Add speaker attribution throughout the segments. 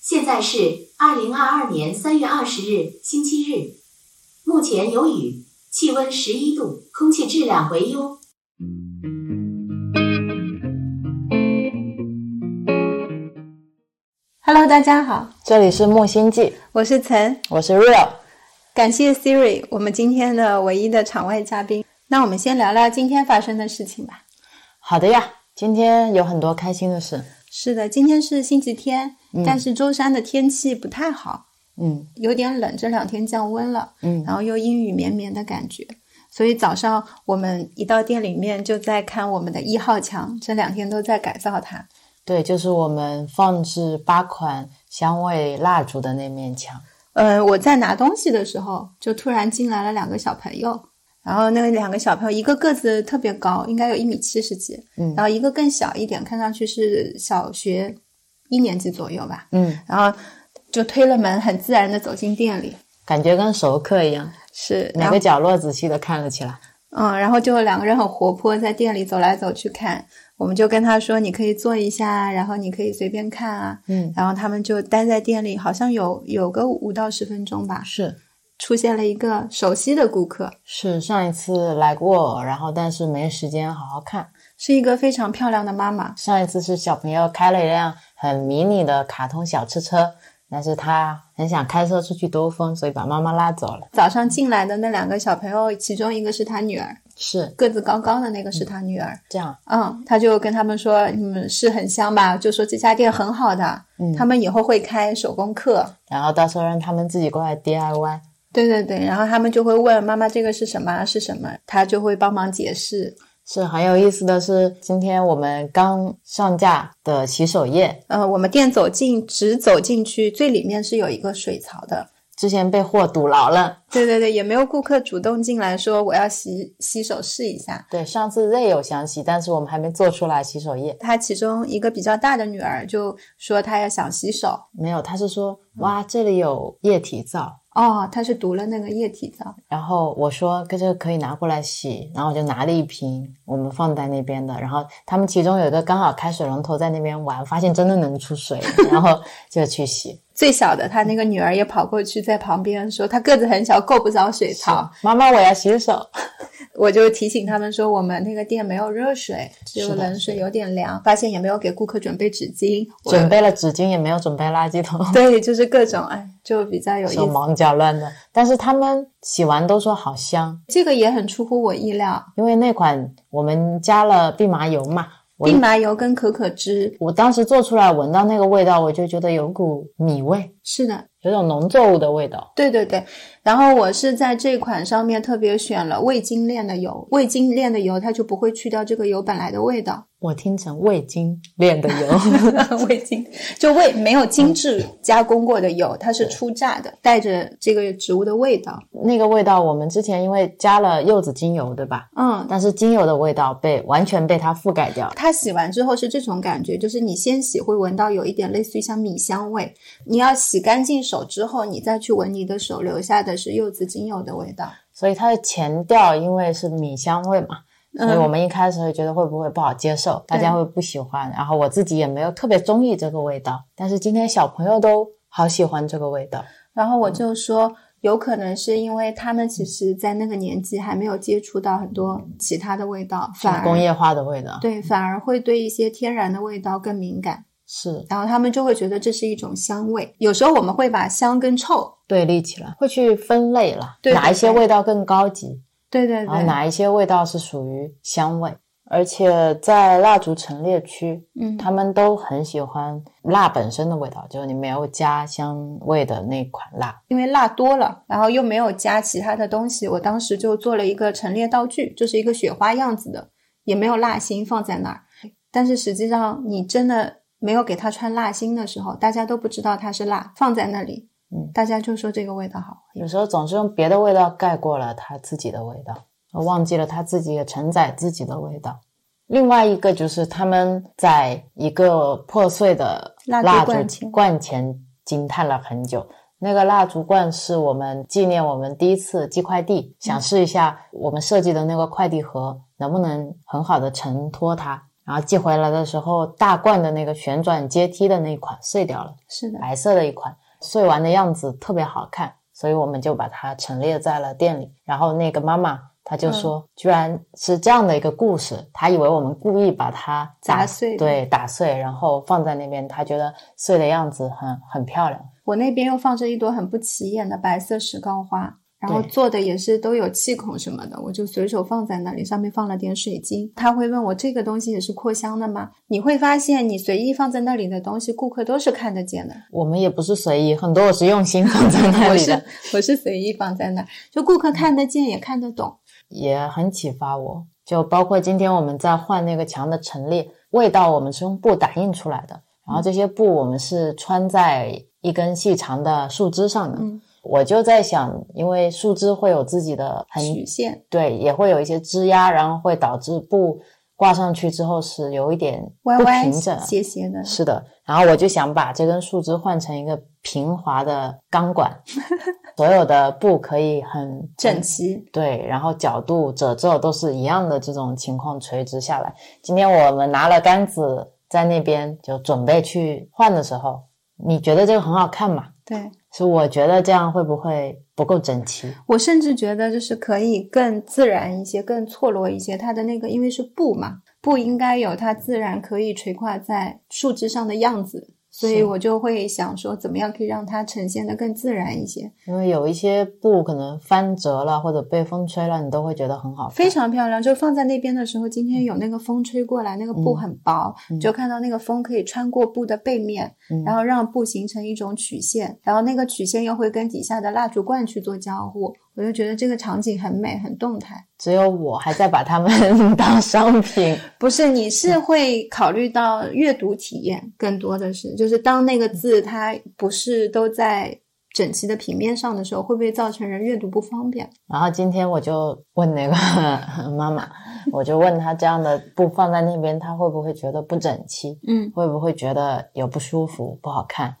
Speaker 1: 现在是二零二二年三月二十日，星期日，目前有雨，气温十一度，空气质量为优。
Speaker 2: Hello，大家好，
Speaker 3: 这里是木星记，
Speaker 2: 我是岑，
Speaker 3: 我是 Real。
Speaker 2: 感谢 Siri，我们今天的唯一的场外嘉宾。那我们先聊聊今天发生的事情吧。
Speaker 3: 好的呀，今天有很多开心的事。
Speaker 2: 是的，今天是星期天，但是舟山的天气不太好，
Speaker 3: 嗯
Speaker 2: 有点冷，这两天降温了，
Speaker 3: 嗯
Speaker 2: 然后又阴雨绵绵的感觉。所以早上我们一到店里面就在看我们的一号墙，这两天都在改造它。
Speaker 3: 对，就是我们放置八款香味蜡烛的那面墙。
Speaker 2: 呃，我在拿东西的时候，就突然进来了两个小朋友，然后那两个小朋友，一个个子特别高，应该有一米七十几，
Speaker 3: 嗯
Speaker 2: 然后一个更小一点，看上去是小学一年级左右吧，
Speaker 3: 嗯，
Speaker 2: 然后就推了门，很自然的走进店里，
Speaker 3: 感觉跟熟客一样，
Speaker 2: 是
Speaker 3: 哪
Speaker 2: 然
Speaker 3: 个
Speaker 2: 后
Speaker 3: 角落仔细的看了起来。
Speaker 2: 嗯，然后就两个人很活泼，在店里走来走去看，我们就跟他说，你可以坐一下，然后你可以随便看啊，
Speaker 3: 嗯，
Speaker 2: 然后他们就待在店里，好像有有个五到十分钟吧，
Speaker 3: 是
Speaker 2: 出现了一个熟悉的顾客。
Speaker 3: 是，上一次来过，然后但是没时间好好看。
Speaker 2: 是一个非常漂亮的妈妈，
Speaker 3: 上一次是小朋友开了一辆很迷你的卡通小吃车，但是他很想开车出去兜风，所以把妈妈拉走了。
Speaker 2: 早上进来的那两个小朋友，其中一个是他女儿，
Speaker 3: 是
Speaker 2: 个子高高的那个是他女儿。
Speaker 3: 这样，
Speaker 2: 嗯，他就跟他们说：“你们是很香吧？”就说这家店很好的，
Speaker 3: 嗯
Speaker 2: 他们以后会开手工课。
Speaker 3: 然后到时候让他们自己过来 DIY。
Speaker 2: 对对对，然后他们就会问妈妈这个是什么啊是什么，他就会帮忙解释。
Speaker 3: 是很有意思的是，今天我们刚上架的洗手液，
Speaker 2: 呃，我们店走进只走进去最里面是有一个水槽的，
Speaker 3: 之前被货堵牢了。
Speaker 2: 对对对，也没有顾客主动进来说我要洗洗手试一下。
Speaker 3: 对，上次 Z 有详细，但是我们还没做出来洗手液。
Speaker 2: 他其中一个比较大的女儿就说她要想洗手，
Speaker 3: 没有，他是说哇，这里有液体皂。
Speaker 2: 哦，她是读了那个液体皂，
Speaker 3: 然后我说这个可以拿过来洗，然后我就拿了一瓶，我们放在那边的。然后他们其中有一个刚好开水龙头在那边玩，发现真的能出水，然后就去洗。
Speaker 2: 最小的她那个女儿也跑过去在旁边说她个子很小，够不着水槽。
Speaker 3: 妈妈，我要洗手。
Speaker 2: 我就提醒他们说我们那个店没有热水，只有
Speaker 3: 是的
Speaker 2: 冷水，
Speaker 3: 是
Speaker 2: 有点凉。发现也没有给顾客准备纸巾，我
Speaker 3: 准备了纸巾，也没有准备垃圾桶。
Speaker 2: 对，就是各种哎，就比较有意
Speaker 3: 手
Speaker 2: 思。
Speaker 3: 忙脚乱的，但是他们洗完都说好香，
Speaker 2: 这个也很出乎我意料，
Speaker 3: 因为那款我们加了蓖麻油嘛，我
Speaker 2: 蓖麻油跟可可脂
Speaker 3: 我当时做出来闻到那个味道，我就觉得有股米味，
Speaker 2: 是的，
Speaker 3: 有种农作物的味道。
Speaker 2: 对对对，然后我是在这款上面特别选了未精炼的油，未精炼的油它就不会去掉这个油本来的味道，
Speaker 3: 我听成味精炼的油，
Speaker 2: 未精就未没有精致加工过的油，它是初榨的，带着这个植物的味道。
Speaker 3: 那个味道我们之前因为加了柚子精油，对吧？
Speaker 2: 嗯，
Speaker 3: 但是精油的味道被完全被它覆盖掉了。
Speaker 2: 它洗完之后是这种感觉，就是你先洗会闻到有一点类似于像米香味，你要洗干净手之后，你再去闻你的手留下的是柚子精油的味道。
Speaker 3: 所以它的前调因为是米香味嘛，
Speaker 2: 嗯
Speaker 3: 所以我们一开始会觉得会不会不好接受，大家会不喜欢。然后我自己也没有特别中意这个味道，但是今天小朋友都好喜欢这个味道。
Speaker 2: 然后我
Speaker 3: 嗯
Speaker 2: 就说，有可能是因为他们其实，在那个年纪还没有接触到很多其他的味道，
Speaker 3: 什
Speaker 2: 反
Speaker 3: 么工
Speaker 2: 而
Speaker 3: 业化的味道，
Speaker 2: 对，反而会对一些天然的味道更敏感，
Speaker 3: 是
Speaker 2: 然后他们就会觉得这是一种香味。有时候我们会把香跟臭，
Speaker 3: 对立起来，会去分类了，
Speaker 2: 对对
Speaker 3: 哪一些
Speaker 2: 对
Speaker 3: 味道更高级，
Speaker 2: 对对
Speaker 3: 然后
Speaker 2: 对，
Speaker 3: 哦哪一些味道是属于香味。而且在蜡烛陈列区，
Speaker 2: 嗯，
Speaker 3: 他们都很喜欢蜡本身的味道，就是你没有加香味的那款蜡。
Speaker 2: 因为辣多了，然后又没有加其他的东西，我当时就做了一个陈列道具，就是一个雪花样子的，也没有蜡芯放在那儿。但是实际上，你真的没有给它穿蜡芯的时候，大家都不知道它是蜡，放在那里，
Speaker 3: 嗯
Speaker 2: 大家就说这个味道好。
Speaker 3: 有时候总是用别的味道盖过了他自己的味道，而忘记了他自己也承载自己的味道。另外一个就是他们在一个破碎的
Speaker 2: 蜡烛
Speaker 3: 蜡
Speaker 2: 罐
Speaker 3: 烛
Speaker 2: 前
Speaker 3: 罐前惊叹了很久。那个蜡烛罐是我们纪念我们第一次寄快递，想试一下我们设计的那个快递盒能不能很好的承托它，然后寄回来的时候，大罐的那个旋转阶梯的那一款碎掉了，
Speaker 2: 是的，
Speaker 3: 白色的一款，碎完的样子特别好看，所以我们就把它陈列在了店里。然后那个妈妈她
Speaker 2: 嗯
Speaker 3: 就说，居然是这样的一个故事，她以为我们故意把它打
Speaker 2: 砸碎的
Speaker 3: 对，打碎，然后放在那边，她觉得碎的样子很很漂亮。
Speaker 2: 我那边又放着一朵很不起眼的白色石膏花，然后
Speaker 3: 对
Speaker 2: 做的也是都有气孔什么的，我就随手放在那里，上面放了点水晶。他会问我这个东西也是扩香的吗？你会发现，你随意放在那里的东西，顾客都是看得见的。
Speaker 3: 我们也不是随意，很多我是用心放在那
Speaker 2: 我
Speaker 3: 里
Speaker 2: 是
Speaker 3: 的，
Speaker 2: 我是随意放在那儿，就顾客看得见也看得懂。
Speaker 3: 也很启发我。就包括今天我们在换那个墙的陈列，味道我们是用布打印出来的，然
Speaker 2: 嗯
Speaker 3: 后这些布我们是穿在一根细长的树枝上的。
Speaker 2: 嗯
Speaker 3: 我就在想，因为树枝会有自己的嗯很
Speaker 2: 曲线
Speaker 3: 对，也会有一些枝丫，然后会导致布挂上去之后是有一点
Speaker 2: 歪
Speaker 3: 不
Speaker 2: 歪
Speaker 3: 平整，
Speaker 2: 斜斜的，
Speaker 3: 是的，然后我就想把这根树枝换成一个平滑的钢 管，所有的布可以很
Speaker 2: 整齐。
Speaker 3: 对，然后角度、褶皱都是一样的，这种情况垂直下来。今天我们拿了杆子在那边就准备去换的时候，你觉得这个很好看吗？
Speaker 2: 对
Speaker 3: 是我觉得这样会不会不够整齐？
Speaker 2: 我甚至觉得就是可以更自然一些，更错落一些。它的那个因为是布嘛，布应该有它自然可以垂挂在树枝上的样子，所以
Speaker 3: 是
Speaker 2: 我就会想说，怎么样可以让它呈现的更自然一些，
Speaker 3: 因为有一些布可能翻折了或者被风吹了，你都会觉得很好看。
Speaker 2: 非常漂亮。就放在那边的时候，今天有那个风吹过来，那个布
Speaker 3: 嗯
Speaker 2: 很薄，
Speaker 3: 嗯
Speaker 2: 就看到那个风可以穿过布的背面，
Speaker 3: 嗯
Speaker 2: 然后让布形成一种曲线，然后那个曲线又会跟底下的蜡烛罐去做交互，我就觉得这个场景很美，很动态。
Speaker 3: 只有我还在把它们 当商品。
Speaker 2: 不是，你是会考虑到阅读体验，更多的是就是当那个字它不是都在整齐的平面上的时候，会不会造成人阅读不方便？
Speaker 3: 然后今天我就问那个妈妈，我就问她这样的布放在那边，她会不会觉得不整齐？
Speaker 2: 嗯，
Speaker 3: 会不会觉得有不舒服、不好看？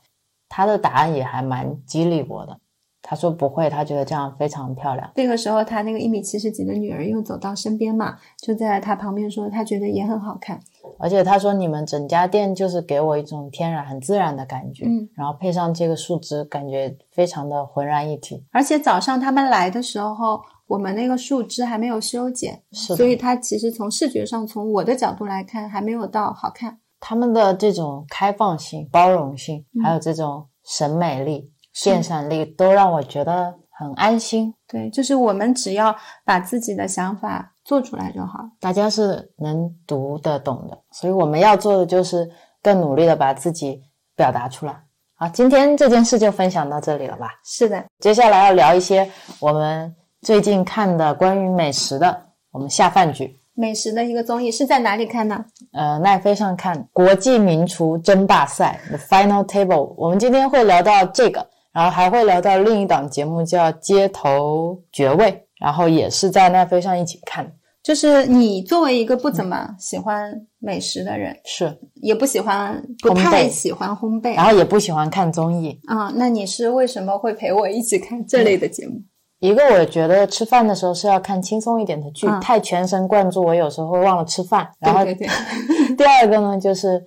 Speaker 3: 她的答案也还蛮激励我的。她说不会，她觉得这样非常漂亮。
Speaker 2: 这个时候他那个一米七十几的女儿又走到身边嘛，就在他旁边说，她觉得也很好看。
Speaker 3: 而且她说你们整家店就是给我一种天然、很自然的感觉，
Speaker 2: 嗯
Speaker 3: 然后配上这个树枝，感觉非常的浑然一体。
Speaker 2: 而且早上他们来的时候，我们那个树枝还没有修剪，
Speaker 3: 是的，
Speaker 2: 所以它其实从视觉上，从我的角度来看，还没有到好看。
Speaker 3: 他们的这种开放性、包容性，
Speaker 2: 嗯
Speaker 3: 还有这种审美力、鉴赏力，都让我觉得很安心。
Speaker 2: 对，就是我们只要把自己的想法做出来就好。
Speaker 3: 大家是能读得懂的，所以我们要做的就是更努力的把自己表达出来。好，今天这件事就分享到这里了吧？
Speaker 2: 是的，
Speaker 3: 接下来要聊一些我们最近看的关于美食的，我们下饭剧。
Speaker 2: 美食的一个综艺是在哪里看呢？
Speaker 3: 呃，奈飞上看国际名厨争霸赛 The Final Table，我们今天会聊到这个，然后还会聊到另一档节目叫《街头绝味》，然后也是在奈飞上一起看。
Speaker 2: 就是你作为一个不怎么喜欢美食的人，
Speaker 3: 是，
Speaker 2: 也不喜欢，不太喜欢烘焙
Speaker 3: 然后也不喜欢看综艺。
Speaker 2: 啊、那你是为什么会陪我一起看这类的节目？
Speaker 3: 一个我觉得吃饭的时候是要看轻松一点的剧，
Speaker 2: 嗯
Speaker 3: 太全神贯注，我有时候会忘了吃饭。然后
Speaker 2: 对对对，
Speaker 3: 第二个呢，就是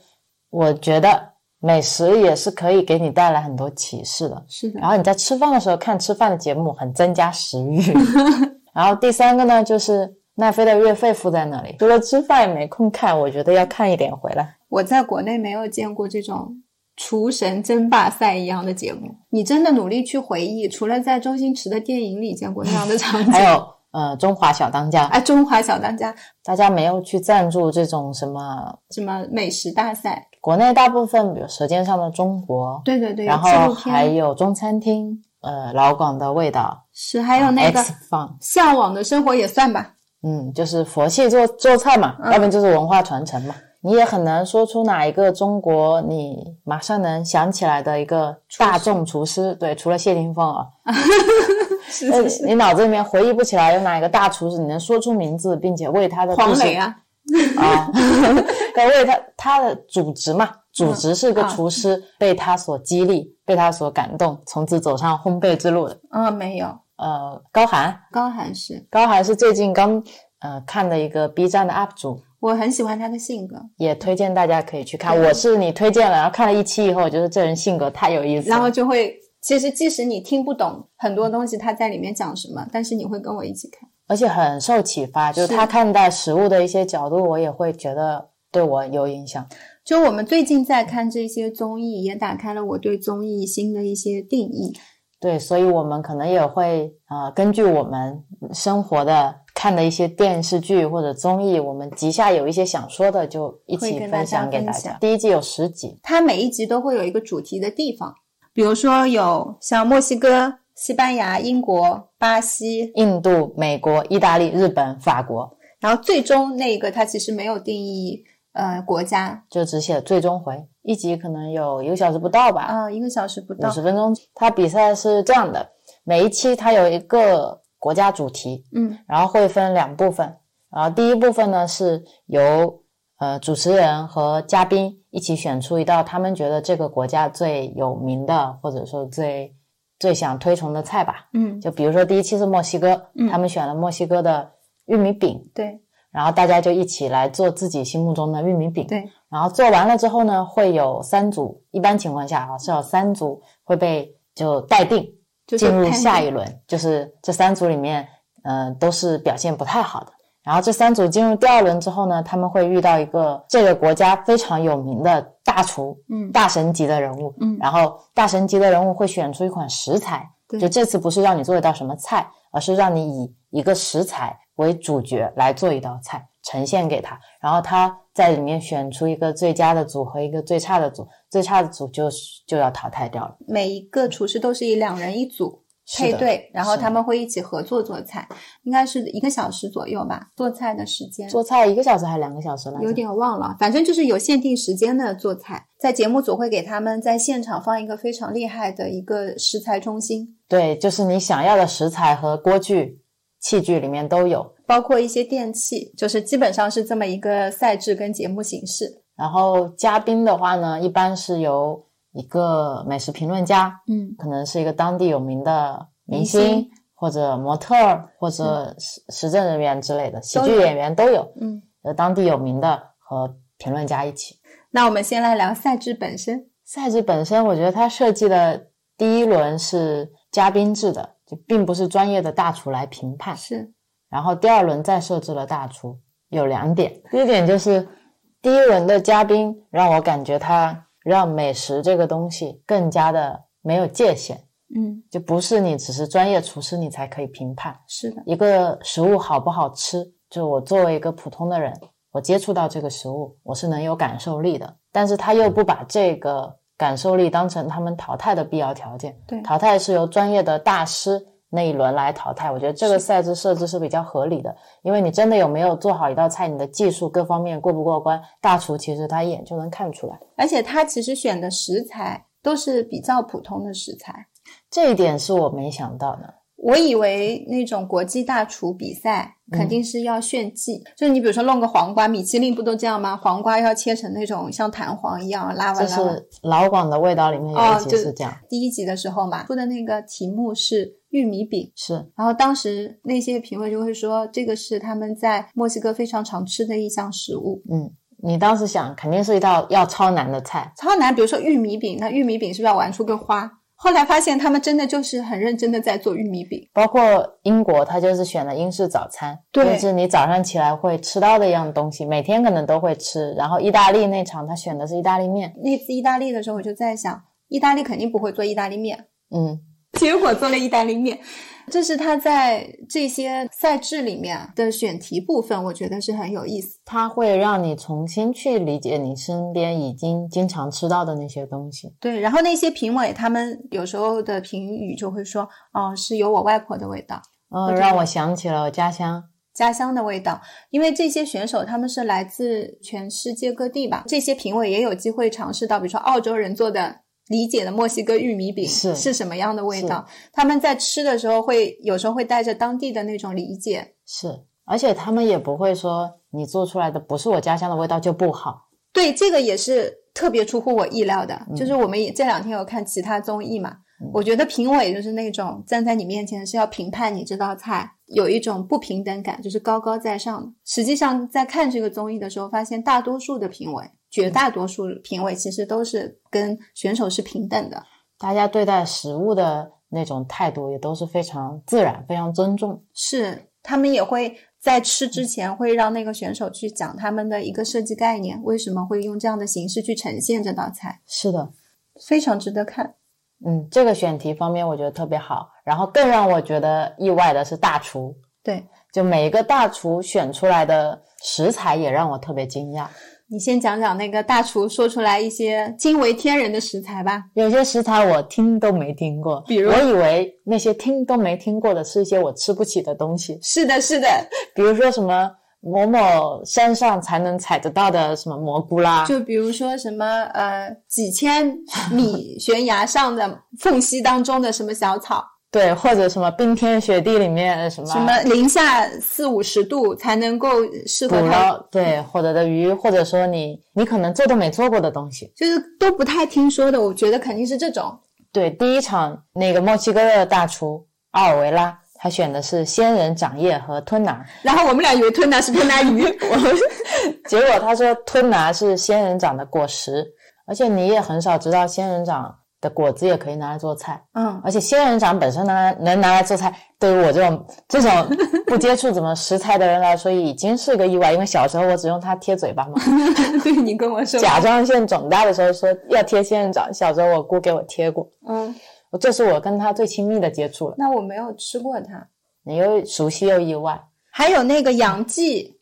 Speaker 3: 我觉得美食也是可以给你带来很多启示的。
Speaker 2: 是的
Speaker 3: 然，后你在吃饭的时候看吃饭的节目，很增加食 欲。然后第三个呢，就是奈飞的月费付在那里，除了吃饭也没空看，我觉得要看一点回来。
Speaker 2: 我在国内没有见过这种厨神争霸赛一样的节目。你真的努力去回忆，除了在周星驰的电影里见过那样 的场景，
Speaker 3: 还有呃，中华小当家，
Speaker 2: 啊，中华小当家
Speaker 3: 大家没有去赞助这种什么
Speaker 2: 什么美食大赛，
Speaker 3: 国内大部分，比如《舌尖上的中国》，
Speaker 2: 对对对，有
Speaker 3: 然
Speaker 2: 纪
Speaker 3: 后
Speaker 2: 录
Speaker 3: 还
Speaker 2: 片
Speaker 3: 有中餐厅，呃，老广的味道，
Speaker 2: 是还有哦那个《
Speaker 3: 啊 X 放，
Speaker 2: 向往的生活》也算吧。
Speaker 3: 嗯，就是佛系做做菜嘛，
Speaker 2: 嗯
Speaker 3: 要不然就是文化传承嘛。你也很难说出哪一个中国你马上能想起来的一个大众厨师，对，除了谢霆锋啊，
Speaker 2: 是
Speaker 3: 那你脑子里面回忆不起来有哪一个大厨师你能说出名字，并且为他的
Speaker 2: 黄
Speaker 3: 故事
Speaker 2: 磊啊，
Speaker 3: 啊，要为他他的主职嘛，主职是个
Speaker 2: 啊
Speaker 3: 厨师，被他所激励，被他所感动，从此走上烘焙之路的。
Speaker 2: 啊、没有，
Speaker 3: 呃，高寒，
Speaker 2: 高寒是
Speaker 3: 高寒是最近刚呃看的一个 B 站的 UP 主，
Speaker 2: 我很喜欢他的性格。
Speaker 3: 也推荐大家可以去看。我是你推荐了，然后看了一期以后，我觉得这人性格太有意思了。
Speaker 2: 然后就会，其实即使你听不懂很多东西，他在里面讲什么，但是你会跟我一起看。
Speaker 3: 而且很受启发，就是
Speaker 2: 是
Speaker 3: 他看待食物的一些角度，我也会觉得对我有影响。
Speaker 2: 就我们最近在看这些综艺，也打开了我对综艺新的一些定义。
Speaker 3: 对，所以我们可能也会呃，根据我们生活的看的一些电视剧或者综艺，我们集下有一些想说的，就一
Speaker 2: 会
Speaker 3: 起
Speaker 2: 跟大
Speaker 3: 分
Speaker 2: 家
Speaker 3: 享给
Speaker 2: 分
Speaker 3: 大
Speaker 2: 享
Speaker 3: 家。第一季有十集，
Speaker 2: 它每一集都会有一个主题的地方，比如说有像墨西哥、西班牙、英国、巴西，
Speaker 3: 印度、美国、意大利、日本、法国，
Speaker 2: 然后最终那个它其实没有定义呃国家，
Speaker 3: 就只写最终回，一集可能有一个小时不到吧，
Speaker 2: 啊、一个小时不
Speaker 3: 五
Speaker 2: 到，
Speaker 3: 十分钟。它比赛是这样的，每一期它有一个国家主题，
Speaker 2: 嗯
Speaker 3: 然后会分两部分，然后第一部分呢是由呃主持人和嘉宾一起选出一道他们觉得这个国家最有名的，或者说最最想推崇的菜吧。
Speaker 2: 嗯，
Speaker 3: 就比如说第一期是墨西哥，
Speaker 2: 嗯
Speaker 3: 他们选了墨西哥的玉米饼，
Speaker 2: 对
Speaker 3: 然后大家就一起来做自己心目中的玉米饼。
Speaker 2: 对，
Speaker 3: 然后做完了之后呢，会有三组，一般情况下啊是有三组会被就待定，
Speaker 2: 就是
Speaker 3: 进入
Speaker 2: 看
Speaker 3: 下一轮，就是这三组里面，嗯、都是表现不太好的。然后这三组进入第二轮之后呢，他们会遇到一个这个国家非常有名的大厨，
Speaker 2: 嗯
Speaker 3: 大神级的人物，
Speaker 2: 嗯
Speaker 3: 然后大神级的人物会选出一款食材，
Speaker 2: 对
Speaker 3: 就这次不是让你做一道什么菜，而是让你以一个食材为主角来做一道菜呈现给他，然后他在里面选出一个最佳的组和一个最差的组，最差的组就就要淘汰掉了。
Speaker 2: 每一个厨师都是以两人一组
Speaker 3: 是
Speaker 2: 配
Speaker 3: 的
Speaker 2: 对，然后
Speaker 3: 是的
Speaker 2: 他们会一起合作做菜，应该是一个小时左右吧，做菜的时间。
Speaker 3: 做菜一个小时还是两个小时来着？
Speaker 2: 有点忘了，反正就是有限定时间的做菜，在节目组会给他们在现场放一个非常厉害的一个食材中心，
Speaker 3: 对，就是你想要的食材和锅具、器具里面都有。
Speaker 2: 包括一些电器，就是基本上是这么一个赛制跟节目形式。
Speaker 3: 然后嘉宾的话呢，一般是由一个美食评论家，
Speaker 2: 嗯，
Speaker 3: 可能是一个当地有名的明星
Speaker 2: 明星
Speaker 3: 或者模特儿或者时时政人员之类的，喜剧演员都有。
Speaker 2: 嗯，
Speaker 3: 呃，当地有名的和评论家一起。
Speaker 2: 那我们先来聊赛制本身。
Speaker 3: 赛制本身，我觉得它设计的第一轮是嘉宾制的，就并不是专业的大厨来评判。
Speaker 2: 是，
Speaker 3: 然后第二轮再设置了大厨，有两点。第一点就是第一轮的嘉宾让我感觉他让美食这个东西更加的没有界限，
Speaker 2: 嗯，
Speaker 3: 就不是你只是专业厨师你才可以评判
Speaker 2: 是的，
Speaker 3: 一个食物好不好吃。就我作为一个普通的人，我接触到这个食物，我是能有感受力的。但是他又不把这个感受力当成他们淘汰的必要条件，
Speaker 2: 对，
Speaker 3: 淘汰是由专业的大师那一轮来淘汰。我觉得这个赛制设置是比较合理的，因为你真的有没有做好一道菜，你的技术各方面过不过关，大厨其实他一眼就能看出来。
Speaker 2: 而且他其实选的食材都是比较普通的食材。
Speaker 3: 这一点是我没想到的。
Speaker 2: 我以为那种国际大厨比赛
Speaker 3: 嗯
Speaker 2: 肯定是要炫技，就是你比如说弄个黄瓜，米其林不都这样吗？黄瓜要切成那种像弹簧一样拉
Speaker 3: 就
Speaker 2: 完拉完。
Speaker 3: 是老广的味道里面有
Speaker 2: 啊哦
Speaker 3: 一集
Speaker 2: 就是
Speaker 3: 这样，
Speaker 2: 第一集的时候嘛，出的那个题目是玉米饼，
Speaker 3: 是
Speaker 2: 然后当时那些评论就会说，这个是他们在墨西哥非常常吃的一项食物。
Speaker 3: 嗯，你当时想肯定是一道要超难的菜，
Speaker 2: 超难，比如说玉米饼，那玉米饼是不是要玩出个花？后来发现他们真的就是很认真的在做玉米饼，
Speaker 3: 包括英国，它就是选了英式早餐，
Speaker 2: 对
Speaker 3: 就是你早上起来会吃到的一样东西，每天可能都会吃。然后意大利那场，它选的是意大利面，
Speaker 2: 那次意大利的时候，我就在想，意大利肯定不会做意大利面，
Speaker 3: 嗯，
Speaker 2: 结果做了意大利面。这是他在这些赛制里面的选题部分，我觉得是很有意思。
Speaker 3: 它会让你重新去理解你身边已经经常吃到的那些东西。
Speaker 2: 对，然后那些评委他们有时候的评语就会说，哦，是有我外婆的味道，
Speaker 3: 嗯，
Speaker 2: 我觉得
Speaker 3: 让我想起了我家乡。
Speaker 2: 家乡的味道，因为这些选手他们是来自全世界各地吧，这些评委也有机会尝试到，比如说澳洲人做的。理解的墨西哥玉米饼
Speaker 3: 是
Speaker 2: 什么样的味道？他们在吃的时候会有时候会带着当地的那种理解，
Speaker 3: 是，而且他们也不会说你做出来的不是我家乡的味道就不好。
Speaker 2: 对这个也是特别出乎我意料的。
Speaker 3: 嗯
Speaker 2: 就是我们也这两天有看其他综艺嘛，我觉得评委就是那种站在你面前是要评判你这道菜，有一种不平等感，就是高高在上的。实际上，在看这个综艺的时候，发现大多数的评委，绝大多数评委其实都是跟选手是平等的。
Speaker 3: 大家对待食物的那种态度也都是非常自然、非常尊重。
Speaker 2: 是，他们也会在吃之前会让那个选手去讲他们的一个设计概念，为什么会用这样的形式去呈现这道菜，
Speaker 3: 是的，
Speaker 2: 非常值得看。
Speaker 3: 嗯，这个选题方面我觉得特别好。然后更让我觉得意外的是大厨，
Speaker 2: 对
Speaker 3: 就每一个大厨选出来的食材也让我特别惊讶。
Speaker 2: 你先讲讲那个大厨说出来一些惊为天人的食材吧。
Speaker 3: 有些食材我听都没听过，
Speaker 2: 比如
Speaker 3: 我以为那些听都没听过的是一些我吃不起的东西，
Speaker 2: 是的，是的，
Speaker 3: 比如说什么某某山上才能采得到的什么蘑菇啦，
Speaker 2: 就比如说什么呃几千米悬崖上的缝隙当中的什么小 草，
Speaker 3: 对，或者什么冰天雪地里面什么
Speaker 2: 什么零下四五十度才能够适
Speaker 3: 捕
Speaker 2: 合它，
Speaker 3: 捞，对，获得的鱼，或者说你你可能做都没做过的东西。
Speaker 2: 就是都不太听说的。我觉得肯定是这种，
Speaker 3: 对，第一场那个墨西哥的大厨奥尔维拉，他选的是仙人掌叶和吞拿，
Speaker 2: 然后我们俩以为吞拿是吞拿 鱼，
Speaker 3: 结果他说吞拿是仙人掌的果实，而且你也很少知道仙人掌的果子也可以拿来做菜，
Speaker 2: 嗯，
Speaker 3: 而且仙人掌本身拿来能拿来做菜，对于我这种这种不接触怎么食材的人来说，已经是个意外，因为小时候我只用它贴嘴巴嘛，
Speaker 2: 对你跟我说，
Speaker 3: 甲状腺肿大的时候说要贴仙人掌，小时候我姑给我贴过，
Speaker 2: 嗯，
Speaker 3: 这是我跟他最亲密的接触了，
Speaker 2: 那我没有吃过它。
Speaker 3: 你又熟悉又意外。
Speaker 2: 还有那个杨记，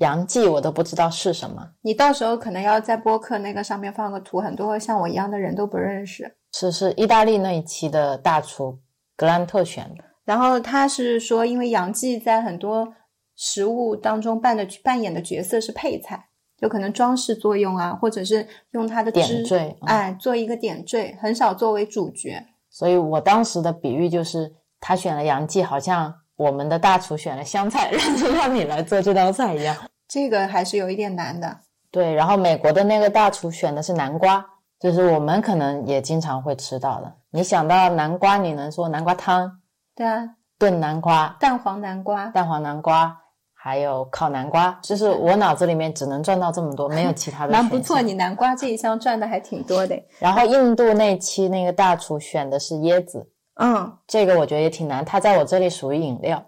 Speaker 3: 杨记我都不知道是什么，
Speaker 2: 你到时候可能要在播客那个上面放个图，很多像我一样的人都不认识。
Speaker 3: 是是意大利那一期的大厨格兰特选的。
Speaker 2: 然后他是说，因为杨记在很多食物当中扮的扮演的角色是配菜，就可能装饰作用啊，或者是用它的
Speaker 3: 点
Speaker 2: 汁
Speaker 3: 缀嗯
Speaker 2: 哎，做一个点缀，很少作为主角。
Speaker 3: 所以我当时的比喻就是，他选了杨记，好像我们的大厨选了湘菜， 让就让你来做这道菜一样。
Speaker 2: 这个还是有一点难的。
Speaker 3: 对，然后美国的那个大厨选的是南瓜，就是我们可能也经常会吃到的。你想到南瓜，你能说南瓜汤、
Speaker 2: 对啊，
Speaker 3: 炖南瓜、
Speaker 2: 蛋黄南瓜，
Speaker 3: 蛋黄南瓜，还有烤南瓜，就是我脑子里面只能转到这么多，没有其他的。
Speaker 2: 蛮不错，你南瓜这一项赚的还挺多的。
Speaker 3: 然后印度那期那个大厨选的是椰子，
Speaker 2: 嗯，
Speaker 3: 这个我觉得也挺难，它在我这里属于饮料。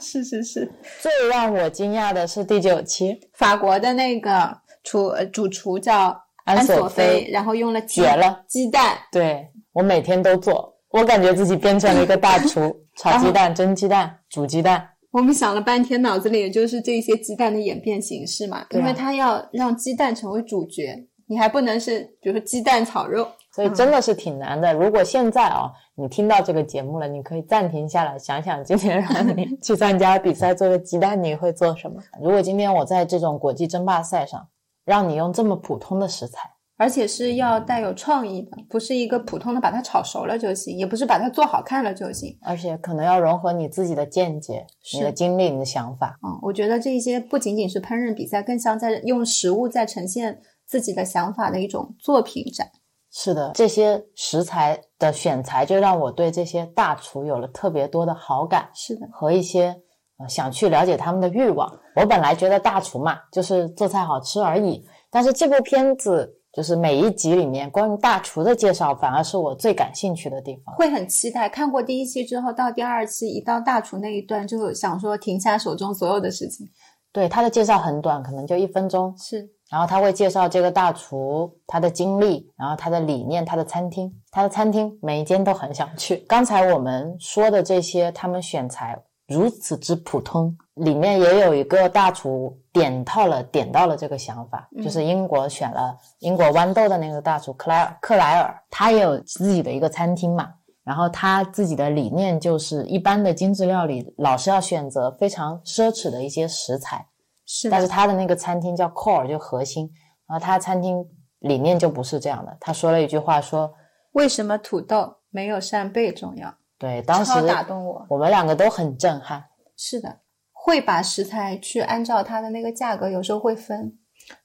Speaker 2: 是是是。
Speaker 3: 最让我惊讶的是第九期
Speaker 2: 法国的那个厨呃主厨叫
Speaker 3: 安
Speaker 2: 索
Speaker 3: 索菲，
Speaker 2: 然后用了鸡
Speaker 3: 绝了，
Speaker 2: 鸡蛋，
Speaker 3: 对我每天都做，我感觉自己变成了一个大厨，炒鸡蛋、蒸鸡蛋、煮鸡蛋，
Speaker 2: 我们想了半天，脑子里也就是这些鸡蛋的演变形式嘛，
Speaker 3: 对啊
Speaker 2: 因为它要让鸡蛋成为主角，你还不能是比如说鸡蛋炒肉，
Speaker 3: 所以真的是挺难的。如果现在啊、你听到这个节目了，你可以暂停下来想想，今天让你去参加比赛做个鸡蛋，你会做什么？如果今天我在这种国际争霸赛上，让你用这么普通的食材。
Speaker 2: 而且是要带有创意的，不是一个普通的把它炒熟了就行，也不是把它做好看了就行。
Speaker 3: 而且可能要融合你自己的见解、
Speaker 2: 是
Speaker 3: 你的经历、你的想法。
Speaker 2: 嗯，我觉得这些不仅仅是烹饪比赛，更像在用食物在呈现自己的想法的一种作品展。
Speaker 3: 是的，这些食材的选材就让我对这些大厨有了特别多的好感
Speaker 2: 是的，
Speaker 3: 和一些、呃、想去了解他们的欲望。我本来觉得大厨嘛，就是做菜好吃而已，但是这部片子就是每一集里面关于大厨的介绍，反而是我最感兴趣的地方。
Speaker 2: 会很期待。看过第一期之后，到第二期一到大厨那一段，就想说停下手中所有的事情。
Speaker 3: 对他的介绍很短，可能就一分钟，
Speaker 2: 是，
Speaker 3: 然后他会介绍这个大厨他的经历，然后他的理念，他的餐厅，他的餐厅每一间都很想去。刚才我们说的这些，他们选材如此之普通，里面也有一个大厨点到了点到了这个想法，就是英国选了英国豌豆的那个大厨克莱尔克莱尔，他也有自己的一个餐厅嘛。然后他自己的理念就是，一般的精致料理老是要选择非常奢侈的一些食材，
Speaker 2: 是
Speaker 3: 但是他的那个餐厅叫 Core，就核心，然后他餐厅理念就不是这样的。他说了一句话说，
Speaker 2: 为什么土豆没有扇贝重要？
Speaker 3: 对，当时
Speaker 2: 超打动我。
Speaker 3: 我们两个都很震撼。
Speaker 2: 是的，会把食材去按照它的那个价格，有时候会分。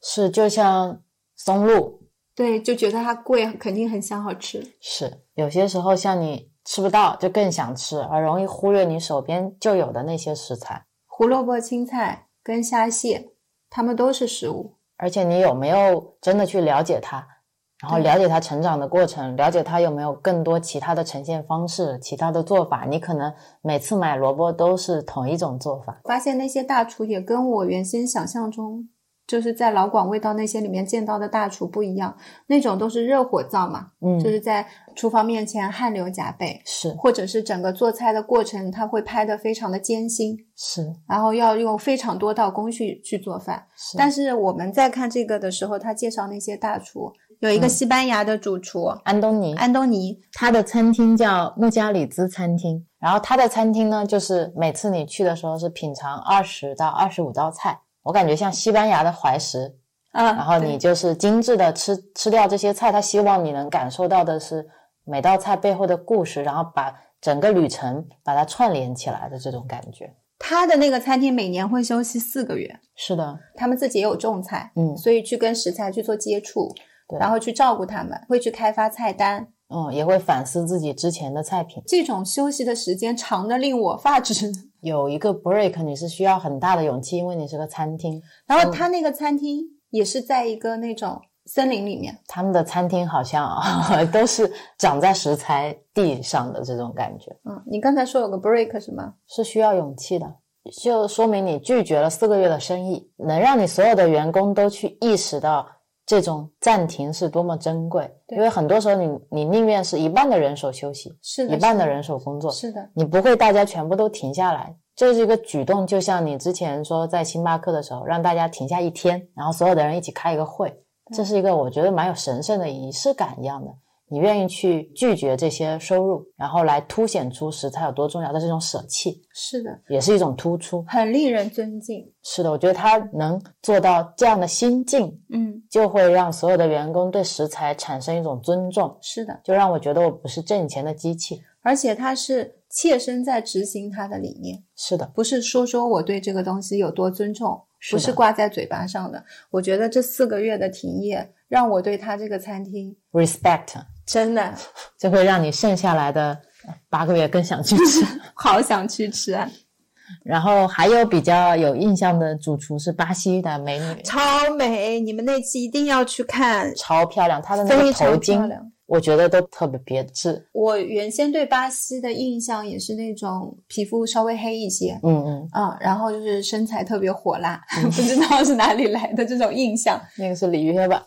Speaker 3: 是就像松露，
Speaker 2: 对，就觉得它贵，肯定很香好吃。
Speaker 3: 是，有些时候像你吃不到，就更想吃，而容易忽略你手边就有的那些食材。
Speaker 2: 胡萝卜、青菜跟虾蟹，它们都是食物。
Speaker 3: 而且你有没有真的去了解它，然后
Speaker 2: 对
Speaker 3: 了解它成长的过程，了解它有没有更多其他的呈现方式、其他的做法？你可能每次买萝卜都是同一种做法。
Speaker 2: 发现那些大厨也跟我原先想象中，就是在老广味道那些里面见到的大厨不一样，那种都是热火灶嘛，
Speaker 3: 嗯，
Speaker 2: 就是在厨房面前汗流浃背，
Speaker 3: 是
Speaker 2: 或者是整个做菜的过程，他会拍的非常的艰辛，
Speaker 3: 是
Speaker 2: 然后要用非常多道工序去做饭。
Speaker 3: 是，
Speaker 2: 但是我们在看这个的时候，他介绍那些大厨，有一个
Speaker 3: 嗯
Speaker 2: 西班牙的主厨、
Speaker 3: 安东尼
Speaker 2: 安东尼，
Speaker 3: 他的餐厅叫穆加里兹餐厅，然后他的餐厅呢，就是每次你去的时候是品尝二十到二十五道菜，我感觉像西班牙的怀石，
Speaker 2: 啊，
Speaker 3: 然后你
Speaker 2: 对
Speaker 3: 就是精致的吃吃掉这些菜，他希望你能感受到的是每道菜背后的故事，然后把整个旅程把它串联起来的这种感觉。
Speaker 2: 他的那个餐厅每年会休息四个月，
Speaker 3: 是的，
Speaker 2: 他们自己也有种菜，
Speaker 3: 嗯
Speaker 2: 所以去跟食材去做接触，
Speaker 3: 对
Speaker 2: 然后去照顾他们，会去开发菜单。
Speaker 3: 嗯，也会反思自己之前的菜品。
Speaker 2: 这种休息的时间长的令我发指。
Speaker 3: 有一个 break，你是需要很大的勇气，因为你是个餐厅，
Speaker 2: 然后他那个餐厅也是在一个那种森林里面，
Speaker 3: 他们的餐厅好像、啊、 都是长在食材地上的这种感觉，
Speaker 2: 嗯，你刚才说有个 break 是吗？
Speaker 3: 是需要勇气的。就说明你拒绝了四个月的生意，能让你所有的员工都去意识到这种暂停是多么珍贵。
Speaker 2: 对
Speaker 3: 因为很多时候你你宁愿是一半的人手休息，
Speaker 2: 是的，
Speaker 3: 一半的
Speaker 2: 是
Speaker 3: 人手工作，
Speaker 2: 是的，
Speaker 3: 你不会大家全部都停下来。这是一个举动，就像你之前说在星巴克的时候，让大家停下一天，然后所有的人一起开一个会，
Speaker 2: 对
Speaker 3: 这是一个我觉得蛮有神圣的仪式感一样的。你愿意去拒绝这些收入，然后来凸显出食材有多重要的这种舍弃，
Speaker 2: 是的，
Speaker 3: 也是一种突出。
Speaker 2: 很令人尊敬。
Speaker 3: 是的，我觉得他能做到这样的心境，
Speaker 2: 嗯，
Speaker 3: 就会让所有的员工对食材产生一种尊重，
Speaker 2: 是的，
Speaker 3: 就让我觉得我不是挣钱的机器。
Speaker 2: 而且他是切身在执行他的理念。
Speaker 3: 是的，
Speaker 2: 不是说说我对这个东西有多尊重，
Speaker 3: 是
Speaker 2: 不
Speaker 3: 的
Speaker 2: 是挂在嘴巴上的。我觉得这四个月的停业，让我对他这个餐厅
Speaker 3: respect
Speaker 2: 真的
Speaker 3: 就会让你剩下来的呃八个月更想去 吃。
Speaker 2: 好想去吃啊，
Speaker 3: 然后还有比较有印象的主厨是巴西的美女，
Speaker 2: 超美！你们那期一定要去看，
Speaker 3: 超漂亮，她的那
Speaker 2: 非
Speaker 3: 个头
Speaker 2: 常漂
Speaker 3: 巾，
Speaker 2: 亮。
Speaker 3: 我觉得都特别别致。
Speaker 2: 我原先对巴西的印象也是那种皮肤稍微黑一些，
Speaker 3: 嗯嗯，
Speaker 2: 嗯，然后就是身材特别火辣， 不知道是哪里来的这种印象。
Speaker 3: 那个是里约吧，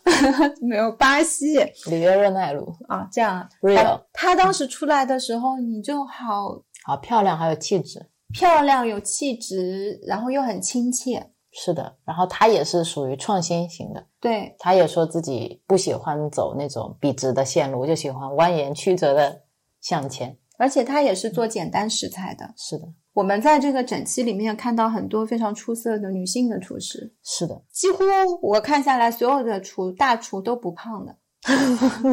Speaker 2: 没有巴西
Speaker 3: 里约热内卢，
Speaker 2: 啊，这样啊，
Speaker 3: Real
Speaker 2: 他当时出来的时候，你就好
Speaker 3: 好漂亮，还有气质。
Speaker 2: 漂亮、有气质，然后又很亲切。
Speaker 3: 是的，然后她也是属于创新型的，
Speaker 2: 对，
Speaker 3: 她也说自己不喜欢走那种笔直的线路，就喜欢蜿蜒曲折的向前。
Speaker 2: 而且他也是做简单食材的。
Speaker 3: 是的，
Speaker 2: 我们在这个整期里面看到很多非常出色的女性的厨师，
Speaker 3: 是 的，
Speaker 2: 几乎我看下来，所有的厨大厨都不胖的。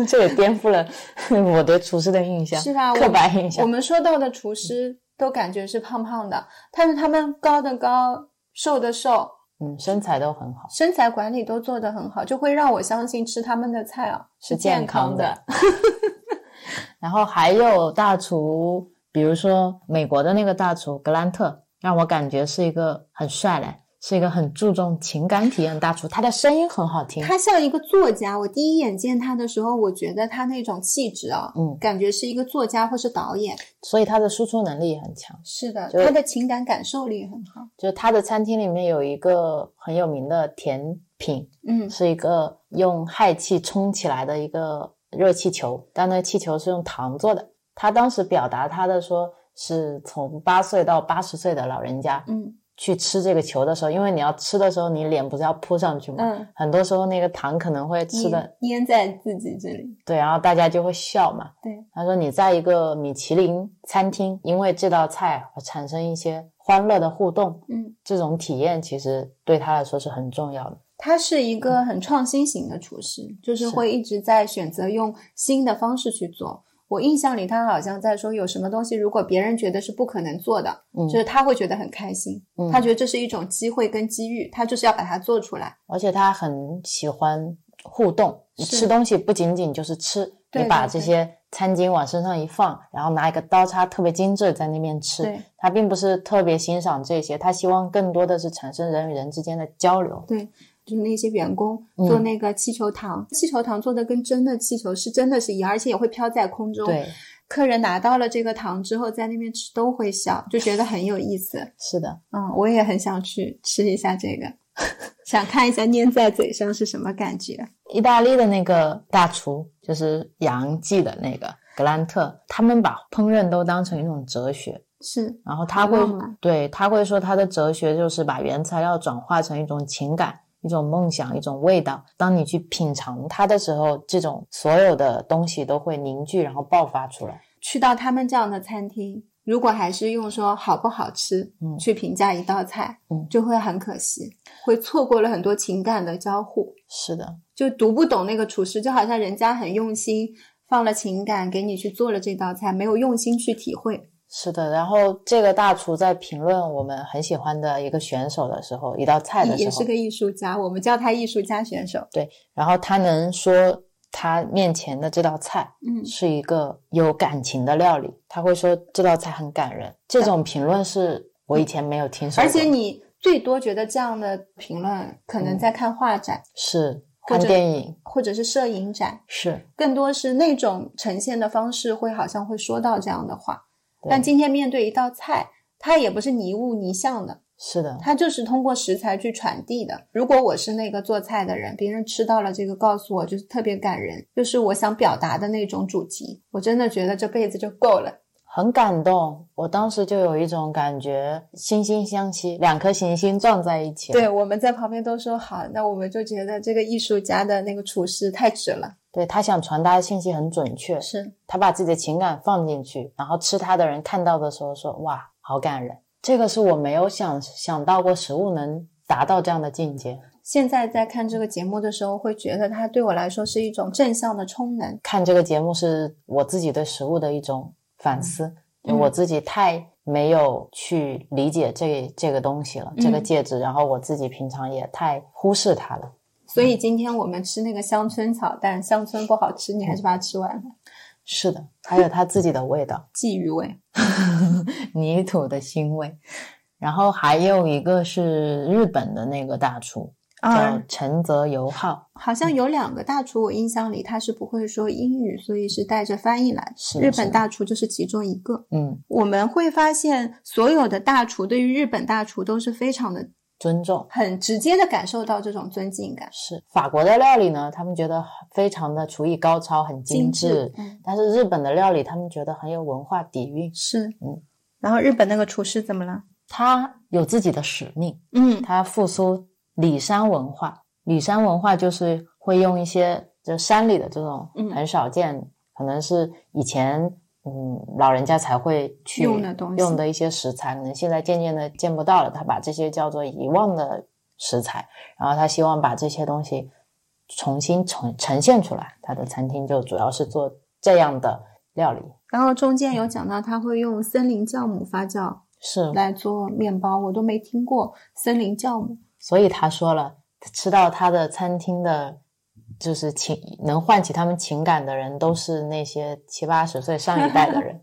Speaker 3: 这也颠覆了 我对厨师的印象，
Speaker 2: 是吧？我
Speaker 3: 刻板印象
Speaker 2: 我。们说到的厨师都感觉是胖胖的，但是他们高的高，瘦的瘦，
Speaker 3: 嗯，身材都很好，
Speaker 2: 身材管理都做得很好，就会让我相信吃他们的菜啊是
Speaker 3: 是健
Speaker 2: 康
Speaker 3: 康的。 然后还有大厨，比如说美国的那个大厨格兰特，让我感觉是一个很帅嘞，是一个很注重情感体验的大厨。他的声音很好听，
Speaker 2: 他像一个作家，我第一眼见他的时候，我觉得他那种气质啊，
Speaker 3: 嗯
Speaker 2: 感觉是一个作家或是导演。
Speaker 3: 所以他的输出能力也很强。
Speaker 2: 是的，
Speaker 3: 就是
Speaker 2: 他的情感感受力很好。
Speaker 3: 就是他的餐厅里面有一个很有名的甜品，
Speaker 2: 嗯，
Speaker 3: 是一个用氦气充起来的一个热气球，但那气球是用糖做的。他当时表达他的说，是从八岁到八十岁的老人家，
Speaker 2: 嗯
Speaker 3: 去吃这个球的时候，因为你要吃的时候，你脸不是要扑上去吗？
Speaker 2: 嗯，
Speaker 3: 很多时候那个糖可能会吃的，
Speaker 2: 粘粘在自己这里。
Speaker 3: 对，然后大家就会笑嘛。
Speaker 2: 对，
Speaker 3: 他说你在一个米其林餐厅，因为这道菜而产生一些欢乐的互动，
Speaker 2: 嗯，
Speaker 3: 这种体验其实对他来说是很重要的。
Speaker 2: 他是一个很创新型的厨师，就是
Speaker 3: 嗯是
Speaker 2: 会一直在选择用新的方式去做。我印象里，他好像在说有什么东西，如果别人觉得是不可能做的，
Speaker 3: 嗯
Speaker 2: 就是他会觉得很开心，
Speaker 3: 嗯
Speaker 2: 他觉得这是一种机会跟机遇，他就是要把它做出来。
Speaker 3: 而且他很喜欢互动。你
Speaker 2: 是
Speaker 3: 吃东西不仅仅就是吃，
Speaker 2: 对
Speaker 3: 你把
Speaker 2: 对
Speaker 3: 这
Speaker 2: 对
Speaker 3: 些餐巾往身上一放，然后拿一个刀叉特别精致在那边吃
Speaker 2: 对。
Speaker 3: 他并不是特别欣赏这些，他希望更多的是产生人与人之间的交流。
Speaker 2: 就是那些员工
Speaker 3: 嗯
Speaker 2: 做那个气球糖，气球糖做的跟真的气球是真的是一样，而且也会飘在空中。，
Speaker 3: 对，
Speaker 2: 客人拿到了这个糖之后，在那边吃都会笑，就觉得很有意思。
Speaker 3: 是的，
Speaker 2: 嗯，我也很想去吃一下这个， 想看一下粘在嘴上是什么感觉。
Speaker 3: 意大利的那个大厨就是杨记的那个格兰特，他们把烹饪都当成一种哲学。
Speaker 2: 是，
Speaker 3: 然后他
Speaker 2: 好
Speaker 3: 会
Speaker 2: 浪漫
Speaker 3: 对他会说他的哲学就是把原材料转化成一种情感、一种梦想、一种味道。当你去品尝它的时候，这种所有的东西都会凝聚，然后爆发出来。
Speaker 2: 去到他们这样的餐厅，如果还是用说好不好吃、
Speaker 3: 嗯
Speaker 2: 去评价一道菜，
Speaker 3: 嗯
Speaker 2: 就会很可惜，会错过了很多情感的交互。
Speaker 3: 是的，
Speaker 2: 就读不懂那个厨师，就好像人家很用心放了情感给你去做了这道菜，没有用心去体会。
Speaker 3: 是的。然后这个大厨在评论我们很喜欢的一个选手的时候，一道菜的时
Speaker 2: 也
Speaker 3: 候，
Speaker 2: 是个艺术家，我们叫他艺术家选手。
Speaker 3: 对，然后他能说他面前的这道菜
Speaker 2: 嗯，
Speaker 3: 是一个有感情的料理，他会说这道菜很感人。这种评论是我以前没有听说过
Speaker 2: 而
Speaker 3: 的，
Speaker 2: 且你最多觉得这样的评论，可
Speaker 3: 嗯
Speaker 2: 能在看画展、
Speaker 3: 是
Speaker 2: 或
Speaker 3: 看
Speaker 2: 者
Speaker 3: 电影，
Speaker 2: 或者是摄影展，
Speaker 3: 是
Speaker 2: 更多是那种呈现的方式会好像会说到这样的话。
Speaker 3: 对
Speaker 2: 但今天面对一道菜，它也不是你一物你像的，
Speaker 3: 是的，
Speaker 2: 它就是通过食材去传递的。如果我是那个做菜的人，别人吃到了这个，告诉我就是特别感人，就是我想表达的那种主题。我真的觉得这辈子就够了。
Speaker 3: 很感动。我当时就有一种感觉，惺惺相惜，两颗行星撞在一起。
Speaker 2: 对，我们在旁边都说好，那我们就觉得这个艺术家的那个厨师太值了。
Speaker 3: 对他想传达的信息很准确，
Speaker 2: 是，
Speaker 3: 他把自己的情感放进去，然后吃他的人看到的时候说：“哇，好感人！”这个是我没有想想到过食物能达到这样的境界。
Speaker 2: 现在在看这个节目的时候，会觉得它对我来说是一种正向的充能。
Speaker 3: 看这个节目是我自己对食物的一种反思，
Speaker 2: 嗯
Speaker 3: 就我自己太没有去理解这这个东西了，这个
Speaker 2: 嗯
Speaker 3: 介质，然后我自己平常也太忽视它了。
Speaker 2: 所以今天我们吃那个乡村炒蛋，乡村不好吃，你还是把它吃完了，
Speaker 3: 是的，还有它自己的味道，
Speaker 2: 鲫鱼味。
Speaker 3: 泥土的腥味。然后还有一个是日本的那个大厨，叫
Speaker 2: 啊，
Speaker 3: 陈泽由浩，
Speaker 2: 好像有两个大厨，我印象里他是不会说英语，所以是带着翻译来的。
Speaker 3: 是的
Speaker 2: 日
Speaker 3: 是
Speaker 2: 本
Speaker 3: 的
Speaker 2: 大厨就是其中一个。
Speaker 3: 嗯，
Speaker 2: 我们会发现，所有的大厨对于日本大厨都是非常的
Speaker 3: 尊重。
Speaker 2: 很直接的感受到这种尊敬感，
Speaker 3: 是法国的料理呢，他们觉得非常的厨艺高超，很精致。
Speaker 2: 嗯，
Speaker 3: 但是日本的料理，他们觉得很有文化底蕴，
Speaker 2: 是，
Speaker 3: 嗯。
Speaker 2: 然后日本那个厨师怎么了？
Speaker 3: 他有自己的使命，
Speaker 2: 嗯，
Speaker 3: 他复苏里山文化。里山文化就是会用一些就山里的这种
Speaker 2: 嗯
Speaker 3: 很少见，可能是以前嗯老人家才会去
Speaker 2: 用的东西
Speaker 3: 用的一些食材，可能现在渐渐的见不到了。他把这些叫做遗忘的食材，然后他希望把这些东西重新呈呈现出来。他的餐厅就主要是做这样的料理，
Speaker 2: 然后中间有讲到他会用森林酵母发酵
Speaker 3: 是
Speaker 2: 来做面包，我都没听过森林酵母。
Speaker 3: 所以他说了，吃到他的餐厅的，就是情能唤起他们情感的人，都是那些七八十岁上一代的 人。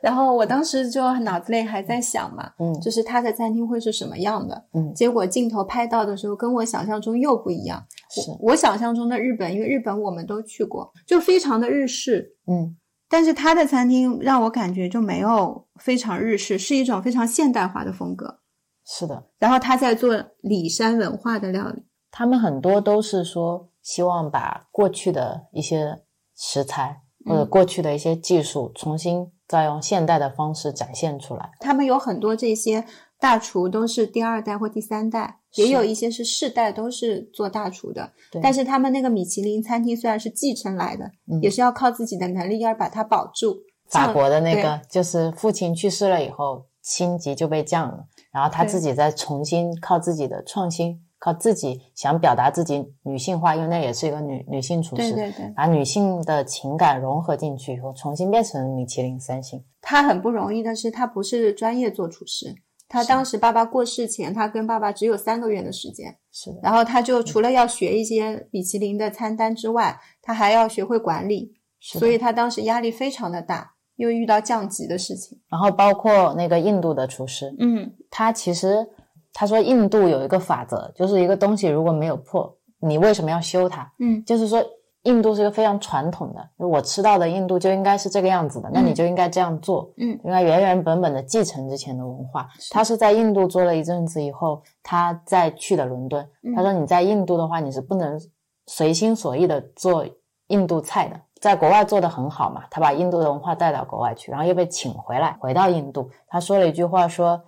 Speaker 2: 然后我当时就脑子里还在想嘛，
Speaker 3: 嗯，
Speaker 2: 就是他的餐厅会是什么样的？
Speaker 3: 嗯
Speaker 2: 结果镜头拍到的时候，跟我想象中又不一样。
Speaker 3: 是，
Speaker 2: 我我想象中的日本，因为日本我们都去过，就非常的日式，
Speaker 3: 嗯，
Speaker 2: 但是它的餐厅让我感觉就没有非常日式，是一种非常现代化的风格。
Speaker 3: 是的，
Speaker 2: 然后他在做里山文化的料理，
Speaker 3: 他们很多都是说希望把过去的一些食材或者
Speaker 2: 嗯
Speaker 3: 过去的一些技术，重新再用现代的方式展现出来。
Speaker 2: 他们有很多这些大厨都是第二代或第三代，也
Speaker 3: 是
Speaker 2: 有一些是世代都是做大厨的。
Speaker 3: 对
Speaker 2: 但是他们那个米其林餐厅虽然是继承来的，
Speaker 3: 嗯
Speaker 2: 也是要靠自己的能力要把它保住。
Speaker 3: 法
Speaker 2: 像
Speaker 3: 国的那个，就是父亲去世了以后，星级就被降了，然后他
Speaker 2: 对
Speaker 3: 自己再重新靠自己的创新，靠自己想表达自己女性化，因为那也是一个女女性厨
Speaker 2: 对
Speaker 3: 师，
Speaker 2: 对对，
Speaker 3: 把女性的情感融合进去以后，重新变成米其林三星。
Speaker 2: 他很不容易但是他不是专业做厨师。他
Speaker 3: 是
Speaker 2: 当时爸爸过世前，他跟爸爸只有三个月的时间，
Speaker 3: 是的，
Speaker 2: 然后他就除了要学一些米其林的餐单之外，他还要学会管理，
Speaker 3: 是的
Speaker 2: 所以他当时压力非常的大，又遇到降级的事情。
Speaker 3: 然后包括那个印度的厨师，
Speaker 2: 嗯
Speaker 3: 他其实他说印度有一个法则，就是一个东西如果没有破，你为什么要修它？
Speaker 2: 嗯
Speaker 3: 就是说印度是一个非常传统的，就我吃到的印度就应该是这个样子的，那你就应该这样做，
Speaker 2: 嗯
Speaker 3: 应该原原本本的继承之前的文化。他是在印度做了一阵子以后，他再去的伦敦，
Speaker 2: 嗯
Speaker 3: 他说你在印度的话，你是不能随心所欲的做印度菜的。在国外做的很好嘛，他把印度的文化带到国外去，然后又被请回来，回到印度。他说了一句话说，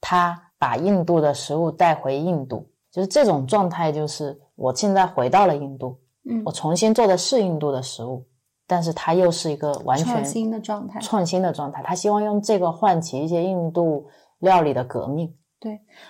Speaker 3: 他把印度的食物带回印度，就是这种状态，就是我现在回到了印度，
Speaker 2: 嗯
Speaker 3: 我，重新做的是印度的食物，但是它又是一个完全
Speaker 2: 创新的状态。
Speaker 3: 创新的状态。他希望用这个唤起一些印度料理的革命。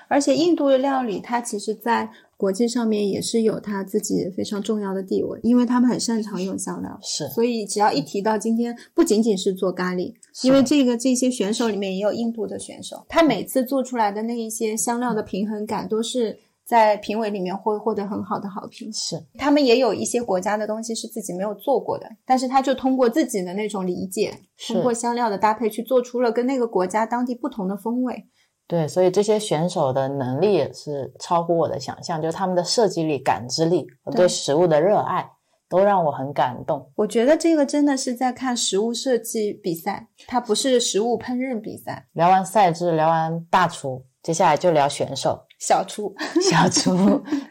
Speaker 2: 而且印度的料理，它其实在国际上面也是有它自己非常重要的地位，因为他们很擅长用香料，
Speaker 3: 是
Speaker 2: 所以只要一提到今天，不仅仅是做咖喱，因为这个这些选手里面也有印度的选手，他每次做出来的那一些香料的平衡感都是。在评委里面会获得很好的好评，
Speaker 3: 是
Speaker 2: 他们也有一些国家的东西是自己没有做过的，但是他就通过自己的那种理解，
Speaker 3: 是
Speaker 2: 通过香料的搭配去做出了跟那个国家当地不同的风味。
Speaker 3: 对，所以这些选手的能力也是超乎我的想象，就是他们的设计力、感知力和
Speaker 2: 对
Speaker 3: 对食物的热爱，都让我很感动。
Speaker 2: 我觉得这个真的是在看食物设计比赛，它不是食物烹饪比赛。
Speaker 3: 聊完赛制，聊完大厨，接下来就聊选 手、
Speaker 2: 小厨，
Speaker 3: 小厨，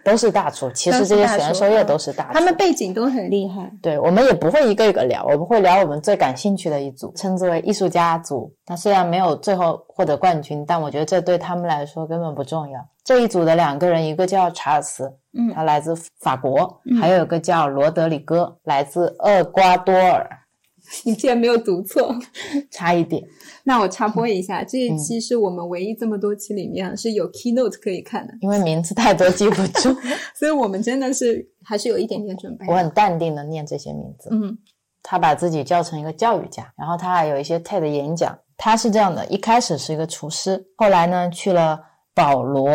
Speaker 3: 都是大厨。嗯其实这些选手也都是大厨，嗯
Speaker 2: 他们背景都很厉害。
Speaker 3: 对，我们也不会一个一个聊，我们会聊我们最感兴趣的一组，称之为艺术家组。那虽然没有最后获得冠军，但我觉得这对他们来说根本不重要。这一组的两个人，一个叫查尔斯，
Speaker 2: 嗯
Speaker 3: 他来自法国，
Speaker 2: 嗯
Speaker 3: 还有一个叫罗德里戈，来自厄瓜多尔，
Speaker 2: 你竟然没有读错，
Speaker 3: 差一点。
Speaker 2: 那我插播一下，这一
Speaker 3: 嗯
Speaker 2: 期是我们唯一这么多期里面啊是有 keynote 可以看的，
Speaker 3: 因为名字太多记不 住，
Speaker 2: 所以我们真的是还是有一点点准备的。
Speaker 3: 我很淡定的念这些名字。
Speaker 2: 嗯
Speaker 3: 他把自己叫成一个教育家，然后他还有一些 TED 演讲。他是这样的，一开始是一个厨师，后来呢去了保罗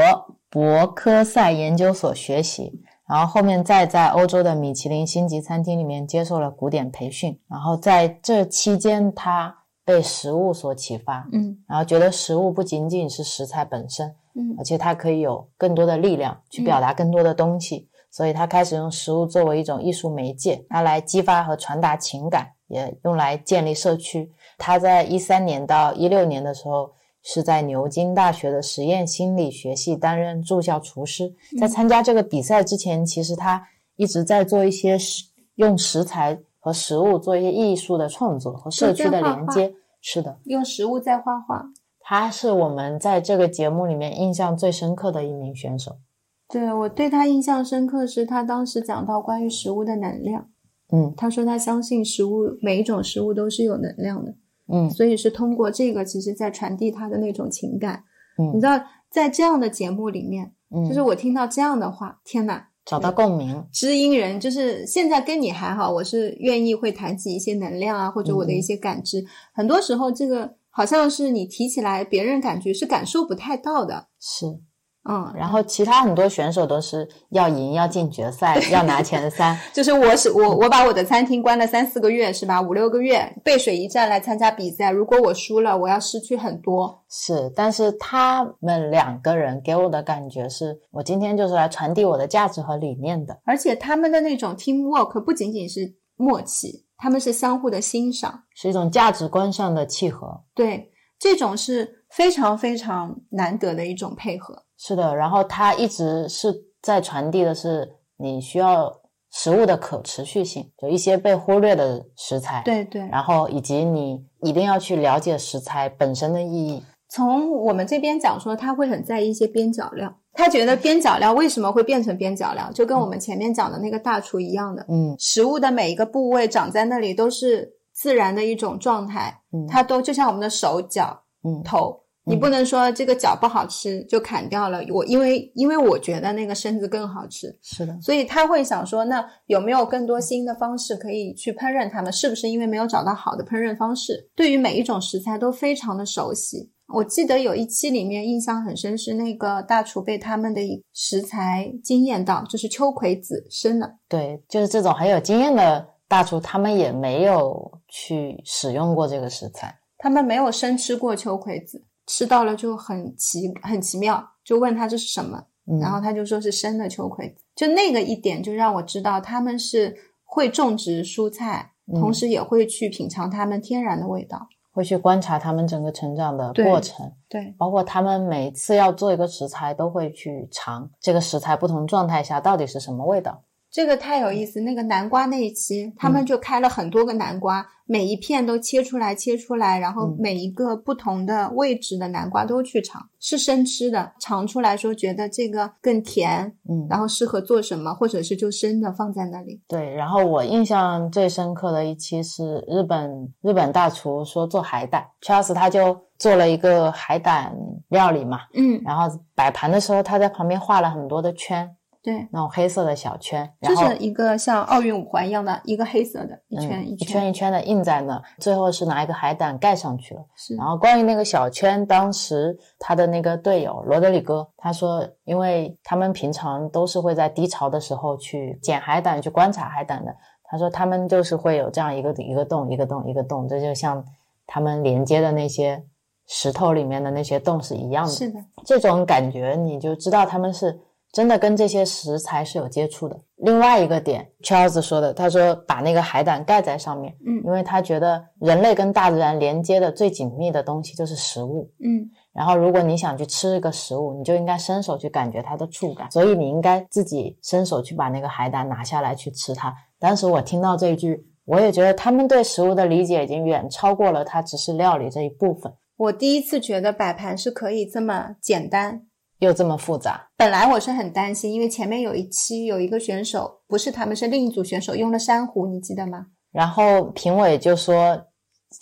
Speaker 3: 伯科塞研究所学习，然后后面再在欧洲的米其林星级餐厅里面接受了古典培训，然后在这期间他被食物所启发，
Speaker 2: 嗯
Speaker 3: 然后觉得食物不仅仅是食材本身，
Speaker 2: 嗯
Speaker 3: 而且它可以有更多的力量去表达更多的东西，所以他开始用食物作为一种艺术媒介，它来激发和传达情感，也用来建立社区。他在一三年到一六年的时候。是在牛津大学的实验心理学系担任驻校厨师。
Speaker 2: 嗯
Speaker 3: 在参加这个比赛之前，其实他一直在做一些食用食材和食物做一些艺术的创作和社区的
Speaker 2: 就在画
Speaker 3: 连
Speaker 2: 哦画
Speaker 3: 接。是的，
Speaker 2: 用食物在画画。
Speaker 3: 他是我们在这个节目里面印象最深刻的一名选手。
Speaker 2: 对我对他印象深刻是他当时讲到关于食物的能量，
Speaker 3: 嗯
Speaker 2: 他说他相信食物每一种食物都是有能量的。
Speaker 3: 嗯，
Speaker 2: 所以是通过这个，其实在传递他的那种情感。
Speaker 3: 嗯
Speaker 2: 你知道，在这样的节目里面，
Speaker 3: 嗯
Speaker 2: 就是我听到这样的话，天哪！
Speaker 3: 找到共鸣。
Speaker 2: 知音人就是现在跟你还好，我是愿意会谈起一些能量啊，或者我
Speaker 3: 嗯
Speaker 2: 的一些感知。很多时候，这个好像是你提起来，别人感觉是感受不太到的。
Speaker 3: 是，
Speaker 2: 嗯，
Speaker 3: 然后其他很多选手都是要赢、要进决 赛、要拿前三，
Speaker 2: 就是我是我我把我的餐厅关了三四个月是吧？五六个月背水一战来参加比赛，如果我输了，我要失去很多。
Speaker 3: 是，但是他们两个人给我的感觉是，我今天就是来传递我的价值和理念的。
Speaker 2: 而且他们的那种 team work 不仅仅是默契，他们是相互的欣赏。
Speaker 3: 是一种价值观上的契合。
Speaker 2: 对，这种是非常非常难得的一种配合。
Speaker 3: 是的，然后他一直是在传递的是你需要食物的可持续性，就一些被忽略的食材。
Speaker 2: 对对，
Speaker 3: 然后以及你一定要去了解食材本身的意义。
Speaker 2: 从我们这边讲说，他会很在意一些边角料。他觉得边角料为什么会变成边角料，就跟我们前面讲的那个大厨一样的，
Speaker 3: 嗯
Speaker 2: 食物的每一个部位长在那里都是自然的一种状态，
Speaker 3: 嗯
Speaker 2: 它都就像我们的手脚、
Speaker 3: 嗯
Speaker 2: 头，
Speaker 3: 嗯
Speaker 2: 你不能说这个脚不好吃就砍掉了。我因为因为我觉得那个身子更好吃，
Speaker 3: 是的，
Speaker 2: 所以他会想说，那有没有更多新的方式可以去烹饪它们？是不是因为没有找到好的烹饪方式？对于每一种食材都非常的熟悉。我记得有一期里面印象很深是那个大厨被他们的一食材惊艳到，就是秋葵子生的，
Speaker 3: 对，就是这种很有经验的大厨，他们也没有去使用过这个食材。
Speaker 2: 他们没有生吃过秋葵子，吃到了就很奇很奇妙，就问他这是什么，
Speaker 3: 嗯
Speaker 2: 然后他就说是生的秋葵子，就那个一点就让我知道他们是会种植蔬菜，
Speaker 3: 嗯
Speaker 2: 同时也会去品尝它们天然的味道。
Speaker 3: 会去观察他们整个成长的
Speaker 2: 对
Speaker 3: 过程，
Speaker 2: 对，
Speaker 3: 包括他们每一次要做一个食材，都会去尝这个食材不同状态下到底是什么味道。
Speaker 2: 这个太有意思。那个南瓜那一期，他
Speaker 3: 嗯
Speaker 2: 们就开了很多个南瓜，每一片都切出来，切出来，然后
Speaker 3: 嗯
Speaker 2: 每一个不同的位置的南瓜都去尝，是生吃的，尝出来说觉得这个更甜，
Speaker 3: 嗯，
Speaker 2: 然后适合做什么，或者是就生的放在那里。
Speaker 3: 对。然后我印象最深刻的一期是日本日本大厨说做海胆，Charles 他就做了一个海胆料理嘛，
Speaker 2: 嗯，
Speaker 3: 然后摆盘的时候他在旁边画了很多的圈，
Speaker 2: 对，
Speaker 3: 那种黑色的小圈，然
Speaker 2: 就
Speaker 3: 后
Speaker 2: 是一个像奥运五环一样的一个黑色的，一圈、
Speaker 3: 嗯
Speaker 2: 一
Speaker 3: 一圈一圈的印在那，最后是拿一个海胆盖上去了。
Speaker 2: 是
Speaker 3: 然后关于那个小圈，当时他的那个队友罗德里戈，他说，因为他们平常都是会在低潮的时候去捡海胆、去观察海胆的。他说他们就是会有这样一个一个洞、一个洞、一个洞，这就像他们连接的那些石头里面的那些洞是一样的。
Speaker 2: 是的，
Speaker 3: 这种感觉，你就知道他们是真的跟这些食材是有接触的。另外一个点，Charles 说的，他说把那个海胆盖在上面，
Speaker 2: 嗯
Speaker 3: 因为他觉得人类跟大自然连接的最紧密的东西就是食物。
Speaker 2: 嗯，
Speaker 3: 然后，如果你想去吃一个食物，你就应该伸手去感觉它的触感，所以你应该自己伸手去把那个海胆拿下来去吃它。当时我听到这一句，我也觉得他们对食物的理解已经远超过了它只是料理这一部分，
Speaker 2: 我第一次觉得摆盘是可以这么简单。
Speaker 3: 又这么复杂。
Speaker 2: 本来我是很担心，因为前面有一期有一个选手，不是他们是另一组选手用了珊瑚，你记得吗？
Speaker 3: 然后评委就说，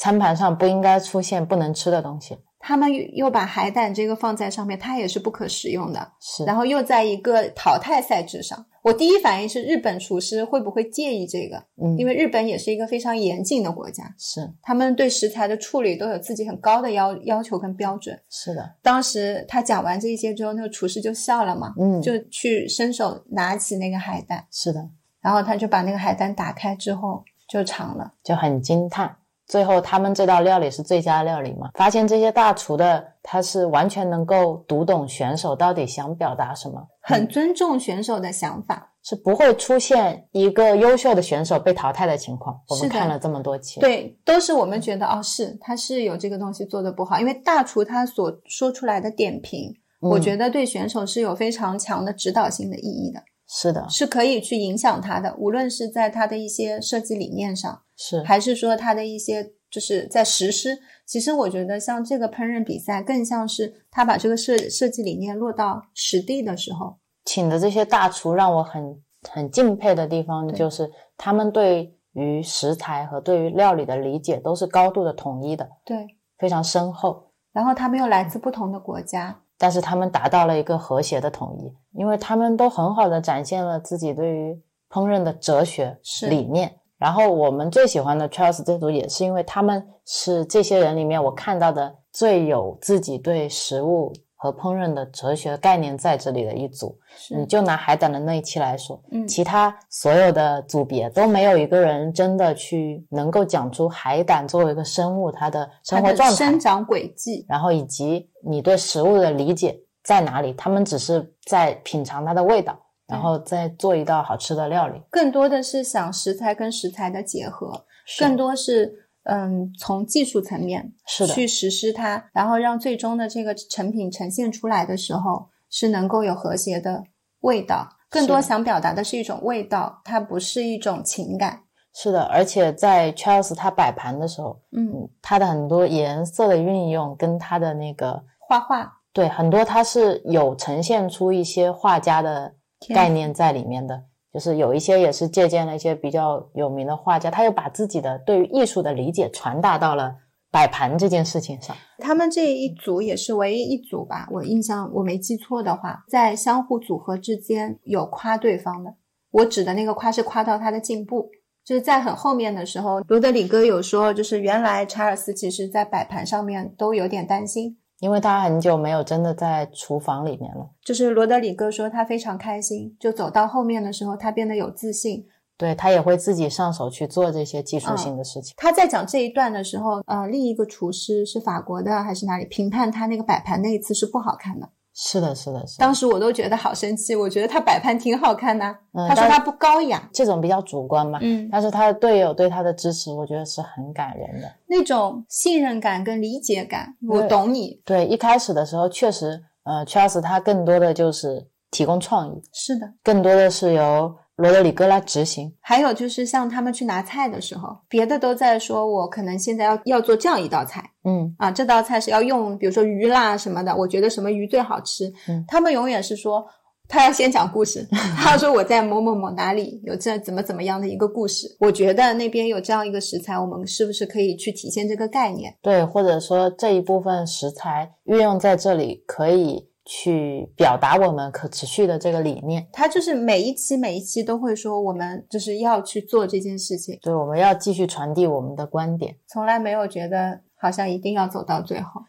Speaker 3: 餐盘上不应该出现不能吃的东西。
Speaker 2: 他们又又把海胆这个放在上面，它也是不可食用的。
Speaker 3: 是，
Speaker 2: 然后又在一个淘汰赛制上，我第一反应是日本厨师会不会介意这个？
Speaker 3: 嗯，
Speaker 2: 因
Speaker 3: 为
Speaker 2: 为日本也是一个非常严谨的国家，
Speaker 3: 是
Speaker 2: 他们对食材的处理都有自己很高的要要求跟标准。
Speaker 3: 是的，
Speaker 2: 当时他讲完这一些之后，那个厨师就笑了嘛，
Speaker 3: 嗯，
Speaker 2: 就去伸手拿起那个海胆，
Speaker 3: 是的，
Speaker 2: 然后他就把那个海胆打开之后就尝了。
Speaker 3: 就很惊叹。最后，他们这道料理是最佳料理嘛？发现这些大厨的他是完全能够读懂选手到底想表达什么，嗯
Speaker 2: 很尊重选手的想法，
Speaker 3: 是不会出现一个优秀的选手被淘汰的情况。我
Speaker 2: 是
Speaker 3: 们
Speaker 2: 的
Speaker 3: 看了这么多期，，
Speaker 2: 对，都是我们觉得哦，是他是有这个东西做的不好，因为大厨他所说出来的点评，我觉
Speaker 3: 得
Speaker 2: 得对选手是有非常强的指导性的意义的，
Speaker 3: 是的，
Speaker 2: 是可以去影响他的，无论是在他的一些设计理念上，
Speaker 3: 是
Speaker 2: 还是说他的一些就是在实施。其实我觉得像这个烹饪比赛，更像是他把这个设设计理念落到实地的时候，
Speaker 3: 请的这些大厨让我很很敬佩的地方，
Speaker 2: 对
Speaker 3: 就是他们对于食材和对于料理的理解都是高度的统一的，
Speaker 2: 对。
Speaker 3: 非常深厚。
Speaker 2: 然后他们又来自不同的国家，
Speaker 3: 但是他们达到了一个和谐的统一，因为他们都很好的展现了自己对于烹饪的哲学
Speaker 2: 是
Speaker 3: 理念。然后我们最喜欢的 Charles 这组也是因为他们是这些人里面我看到的最有自己对食物和烹饪的哲学概念在这里的一组。
Speaker 2: 是
Speaker 3: 你就拿海胆的那一期来说，
Speaker 2: 嗯
Speaker 3: 其他所有的组别都没有一个人真的去能够讲出海胆作为一个生物它的生活
Speaker 2: 它
Speaker 3: 状
Speaker 2: 的生
Speaker 3: 态，
Speaker 2: 长轨迹，
Speaker 3: 然后以及你对食物的理解在哪里，他们只是在品尝它的味道，
Speaker 2: 对
Speaker 3: 然后再做一道好吃的料理，
Speaker 2: 更多的是想食材跟食材的结合，更多是嗯从技术层面
Speaker 3: 是的，
Speaker 2: 去实施它，然后让最终的这个成品呈现出来的时候是能够有和谐的味道。更多想表达的是一种味道，它不是一种情感。
Speaker 3: 是的，而且在 Charles 他摆盘的时候，
Speaker 2: 嗯，
Speaker 3: 他的很多颜色的运用跟他的那个
Speaker 2: 画画
Speaker 3: 对，很多它是有呈现出一些画家的
Speaker 2: 啊
Speaker 3: 概念在里面的，就是有一些也是借鉴了一些比较有名的画家，他又把自己的对于艺术的理解传达到了摆盘这件事情上。
Speaker 2: 他们这一组也是唯一一组吧，我印象我没记错的话，在相互组合之间有夸对方的。我指的那个夸是夸到他的进步，就是在很后面的时候，罗德里戈有说，就是原来查尔斯其实在摆盘上面都有点担心，
Speaker 3: 因为他很久没有真的在厨房里面了。
Speaker 2: 就是罗德里戈说他非常开心，就走到后面的时候，他变得有自信。
Speaker 3: 对他也会自己上手去做这些
Speaker 2: 嗯
Speaker 3: 技术性的事情。
Speaker 2: 他在讲这一段的时候，呃，另一个厨师是法国的还是哪里评判他那个摆盘那一次是不好看的。
Speaker 3: 是的，是的，是的。
Speaker 2: 当时我都觉得好生气，我觉得他摆盘挺好看的、
Speaker 3: 嗯
Speaker 2: 他说
Speaker 3: 但
Speaker 2: 他不高雅，
Speaker 3: 这种比较主观嘛，
Speaker 2: 嗯，
Speaker 3: 但是他的队友对他的支持，我觉得是很感人的。
Speaker 2: 那种信任感跟理解感，我
Speaker 3: 对
Speaker 2: 懂你，
Speaker 3: 对，一开始的时候确实，呃，Charles 他更多的就是提供创意，
Speaker 2: 是的。
Speaker 3: 更多的是由罗德里戈来执行。
Speaker 2: 还有就是像他们去拿菜的时候，别的都在说我可能现在要要做这样一道菜
Speaker 3: 嗯，
Speaker 2: 啊，这道菜是要用比如说鱼啦什么的，我觉得什么鱼最好吃。
Speaker 3: 嗯
Speaker 2: 他们永远是说他要先讲故事，他要说我在某某某哪里有这怎么怎么样的一个故事。我觉得那边有这样一个食材，我们是不是可以去体现这个概念？
Speaker 3: 对，或者说这一部分食材运用在这里，可以去表达我们可持续的这个理念。
Speaker 2: 他就是每一期每一期都会说我们就是要去做这件事情，
Speaker 3: 对，我们要继续传递我们的观点。
Speaker 2: 从来没有觉得好像一定要走到最后。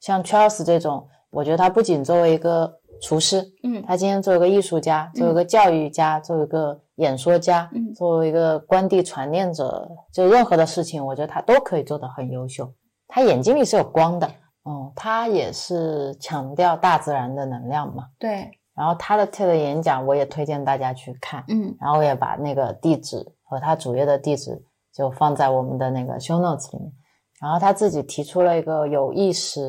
Speaker 3: 像 Charles 这种，我觉得他不仅作为一个厨师，
Speaker 2: 嗯
Speaker 3: 他今天作为一个艺术家，
Speaker 2: 嗯
Speaker 3: 作为一个教育家，作为一个演说家，
Speaker 2: 嗯
Speaker 3: 作为一个观地传念者，就任何的事情，我觉得他都可以做得很优秀。他眼睛里是有光的，嗯，他也是强调大自然的能量嘛。
Speaker 2: 对，
Speaker 3: 然后他的 TED 演讲，我也推荐大家去看，
Speaker 2: 嗯，
Speaker 3: 然后我也把那个地址和他主页的地址就放在我们的那个 show notes 里面。然后他自己提出了一个有意识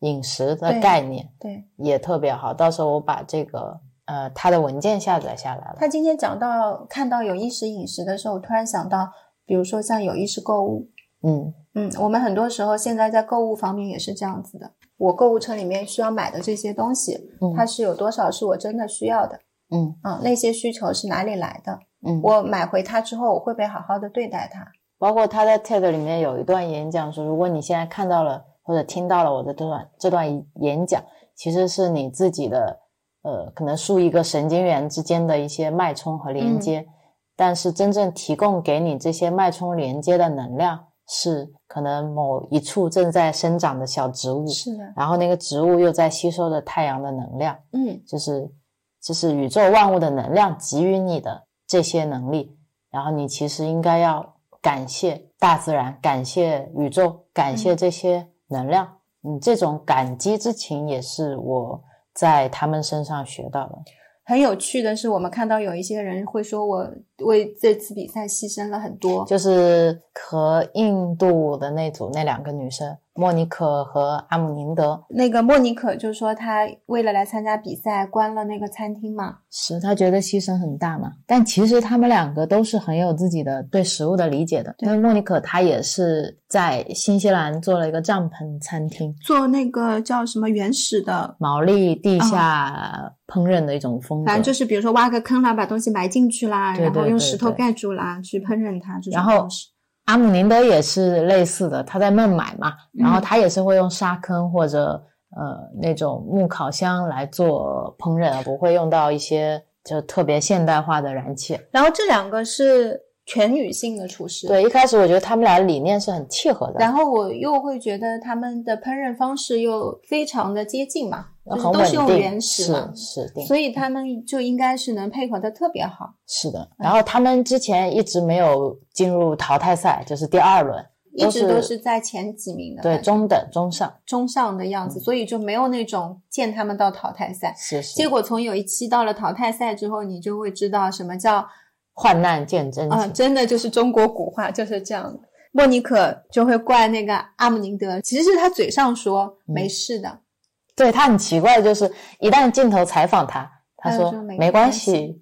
Speaker 3: 饮食的
Speaker 2: 对
Speaker 3: 概念，
Speaker 2: 对。
Speaker 3: 也特别好。到时候我把这个呃他的文件下载下来了。
Speaker 2: 他今天讲到看到有意识饮食的时候，我突然想到，比如说像有意识购物，
Speaker 3: 嗯，
Speaker 2: 嗯，我们很多时候现在在购物方面也是这样子的。我购物车里面需要买的这些东西，
Speaker 3: 嗯
Speaker 2: 它是有多少是我真的需要的？
Speaker 3: 嗯
Speaker 2: 嗯，那些需求是哪里来的？
Speaker 3: 嗯，
Speaker 2: 我买回它之后，我会不会好好的对待它？
Speaker 3: 包括他在 TED 里面有一段演讲说，如果你现在看到了或者听到了我的这段这段演讲，其实是你自己的呃可能数亿个神经元之间的一些脉冲和连接，但是真正提供给你这些脉冲连接的能量，是可能某一处正在生长的小植物，
Speaker 2: 是的，
Speaker 3: 然后那个植物又在吸收着太阳的能量。
Speaker 2: 嗯，
Speaker 3: 就是就是宇宙万物的能量给予你的这些能力，然后你其实应该要感谢大自然，感谢宇宙，感谢这些能量。嗯，这种感激之情也是我在他们身上学到的。
Speaker 2: 很有趣的是，我们看到有一些人会说我为这次比赛牺牲了很多，
Speaker 3: 就是和印度的那组那两个女生，莫妮可和阿姆宁德，
Speaker 2: 那个莫妮可就说她为了来参加比赛关了那个餐厅嘛，
Speaker 3: 是她觉得牺牲很大嘛，但其实他们两个都是很有自己的对食物的理解的。
Speaker 2: 对
Speaker 3: 因为莫妮可她也是在新西兰做了一个帐篷餐厅，
Speaker 2: 做那个叫什么原始的，
Speaker 3: 毛利地下烹饪的一种风格。
Speaker 2: 哦反正就是比如说挖个坑啦，把东西埋进去啦，
Speaker 3: 对对
Speaker 2: 然后
Speaker 3: 对
Speaker 2: 用石头
Speaker 3: 对
Speaker 2: 盖住啦，去烹饪它这种
Speaker 3: 然后
Speaker 2: 方式
Speaker 3: 阿姆宁德也是类似的，他在孟买嘛，
Speaker 2: 嗯
Speaker 3: 然后他也是会用沙坑或者呃那种木烤箱来做烹饪，啊而不会用到一些就特别现代化的燃气。
Speaker 2: 然后这两个是全女性的厨师，。
Speaker 3: 对，一开始我觉得他们俩的理念是很契合的，
Speaker 2: 然后我又会觉得他们的烹饪方式又非常的接近嘛，就是
Speaker 3: 很
Speaker 2: 都
Speaker 3: 稳
Speaker 2: 是用
Speaker 3: 定，
Speaker 2: 原始嘛，
Speaker 3: 是是定。
Speaker 2: 所以他们就应该是能配合的特别好。
Speaker 3: 是的，
Speaker 2: 嗯
Speaker 3: 然后他们之前一直没有进入淘汰赛，就是第二轮，
Speaker 2: 一直
Speaker 3: 都
Speaker 2: 都
Speaker 3: 是
Speaker 2: 是在前几名的，
Speaker 3: 对
Speaker 2: 反正
Speaker 3: 中等中上，
Speaker 2: 中上的样子，所以就没有那种见他们到淘汰赛。
Speaker 3: 是是。
Speaker 2: 结果从有一期到了淘汰赛之后，你就会知道什么叫
Speaker 3: 患难见真
Speaker 2: 啊、
Speaker 3: 情，
Speaker 2: 真的就是中国古话 就是这样的。莫妮可就会怪那个阿姆宁德，其实是他嘴上说
Speaker 3: 嗯
Speaker 2: 没事的，
Speaker 3: 对他很奇怪，就是一旦镜头采访他，他
Speaker 2: 他就
Speaker 3: 说
Speaker 2: 说没
Speaker 3: 没
Speaker 2: 关
Speaker 3: 关
Speaker 2: 系
Speaker 3: 系，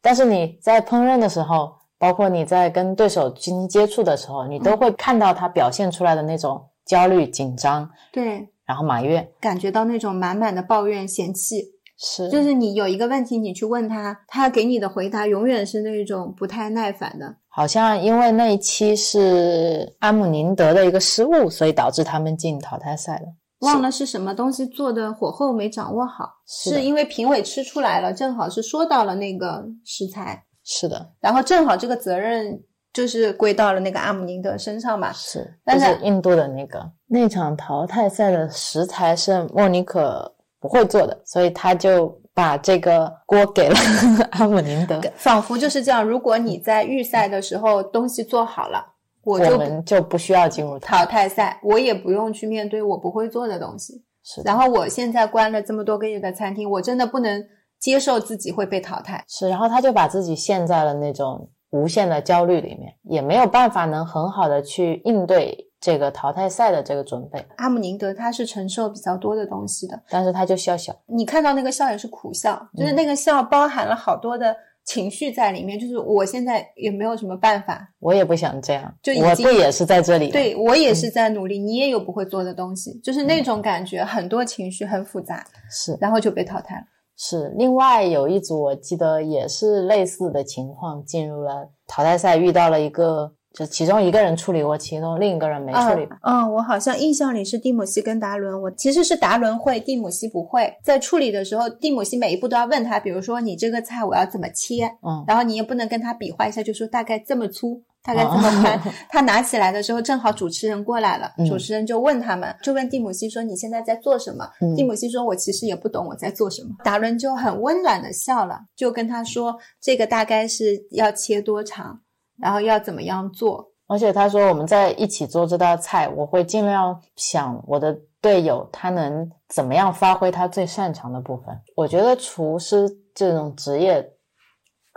Speaker 3: 但是你在烹饪的时候，包括你在跟对手进行接触的时候，你
Speaker 2: 嗯
Speaker 3: 都会看到他表现出来的那种焦虑、紧张，
Speaker 2: 对，
Speaker 3: 然后埋怨，
Speaker 2: 感觉到那种满满的抱怨、嫌弃，
Speaker 3: 是
Speaker 2: 就是你有一个问题，你去问他，他给你的回答永远是那种不太耐烦的。
Speaker 3: 好像因为那一期是阿姆宁德的一个失误，所以导致他们进淘汰赛了。
Speaker 2: 忘了是什么东西做的火候没掌握好，
Speaker 3: 是的
Speaker 2: 是因为评委吃出来了，正好是说到了那个食材，
Speaker 3: 是的，
Speaker 2: 然后正好这个责任就是归到了那个阿姆宁德身上吧。
Speaker 3: 是，
Speaker 2: 但
Speaker 3: 但
Speaker 2: 是
Speaker 3: 是印度的那个那场淘汰赛的食材是莫妮可不会做的，所以他就把这个锅给了 阿姆宁德，
Speaker 2: 仿佛就是这样，如果你在预赛的时候东西做好了，我
Speaker 3: 我
Speaker 2: 就不
Speaker 3: 们就不需要进入
Speaker 2: 淘
Speaker 3: 淘汰。
Speaker 2: 汰赛，我也不用去面对我不会做的东西。
Speaker 3: 是的，
Speaker 2: 然后我现在关了这么多个月的餐厅，我真的不能接受自己会被淘汰。
Speaker 3: 是，然后他就把自己陷在了那种无限的焦虑里面，也没有办法能很好的去应对这个淘汰赛的这个准备。
Speaker 2: 阿姆宁德他是承受比较多的东西的，
Speaker 3: 但是他就笑笑，
Speaker 2: 你看到那个笑也是苦笑，就是
Speaker 3: 嗯
Speaker 2: 那个笑包含了好多的情绪在里面，就是我现在也没有什么办法，
Speaker 3: 我也不想这样，
Speaker 2: 就已
Speaker 3: 我
Speaker 2: 经
Speaker 3: 不也是在这里吗，
Speaker 2: 对我也是在努力，你也有不会做的东西，就是那种感觉，很多情绪很复杂，
Speaker 3: 是
Speaker 2: 然后就被淘汰了。
Speaker 3: 是，另外有一组我记得也是类似的情况，进入了淘汰赛，遇到了一个，就其中一个人处理过，其中另一个人没处理。
Speaker 2: 嗯，嗯，我好像印象里是蒂姆西跟达伦，我其实是达伦会，蒂姆西不会。在处理的时候，蒂姆西每一步都要问他，比如说你这个菜我要怎么切，
Speaker 3: 嗯，
Speaker 2: 然后你也不能跟他比划一下，就说大概这么粗。大概这么宽， 他拿起来的时候，正好主持人过来了，
Speaker 3: 哦嗯
Speaker 2: 主持人就问他们，就问蒂姆西说：“你现在在做什么？”
Speaker 3: 嗯
Speaker 2: 蒂姆西说：“我其实也不懂我在做什么。”达伦就很温暖的笑了，就跟他说：“这个大概是要切多长，然后要怎么样做。”
Speaker 3: 而且他说我们在一起做这道菜，我会尽量想我的队友他能怎么样发挥他最擅长的部分。我觉得厨师这种职业，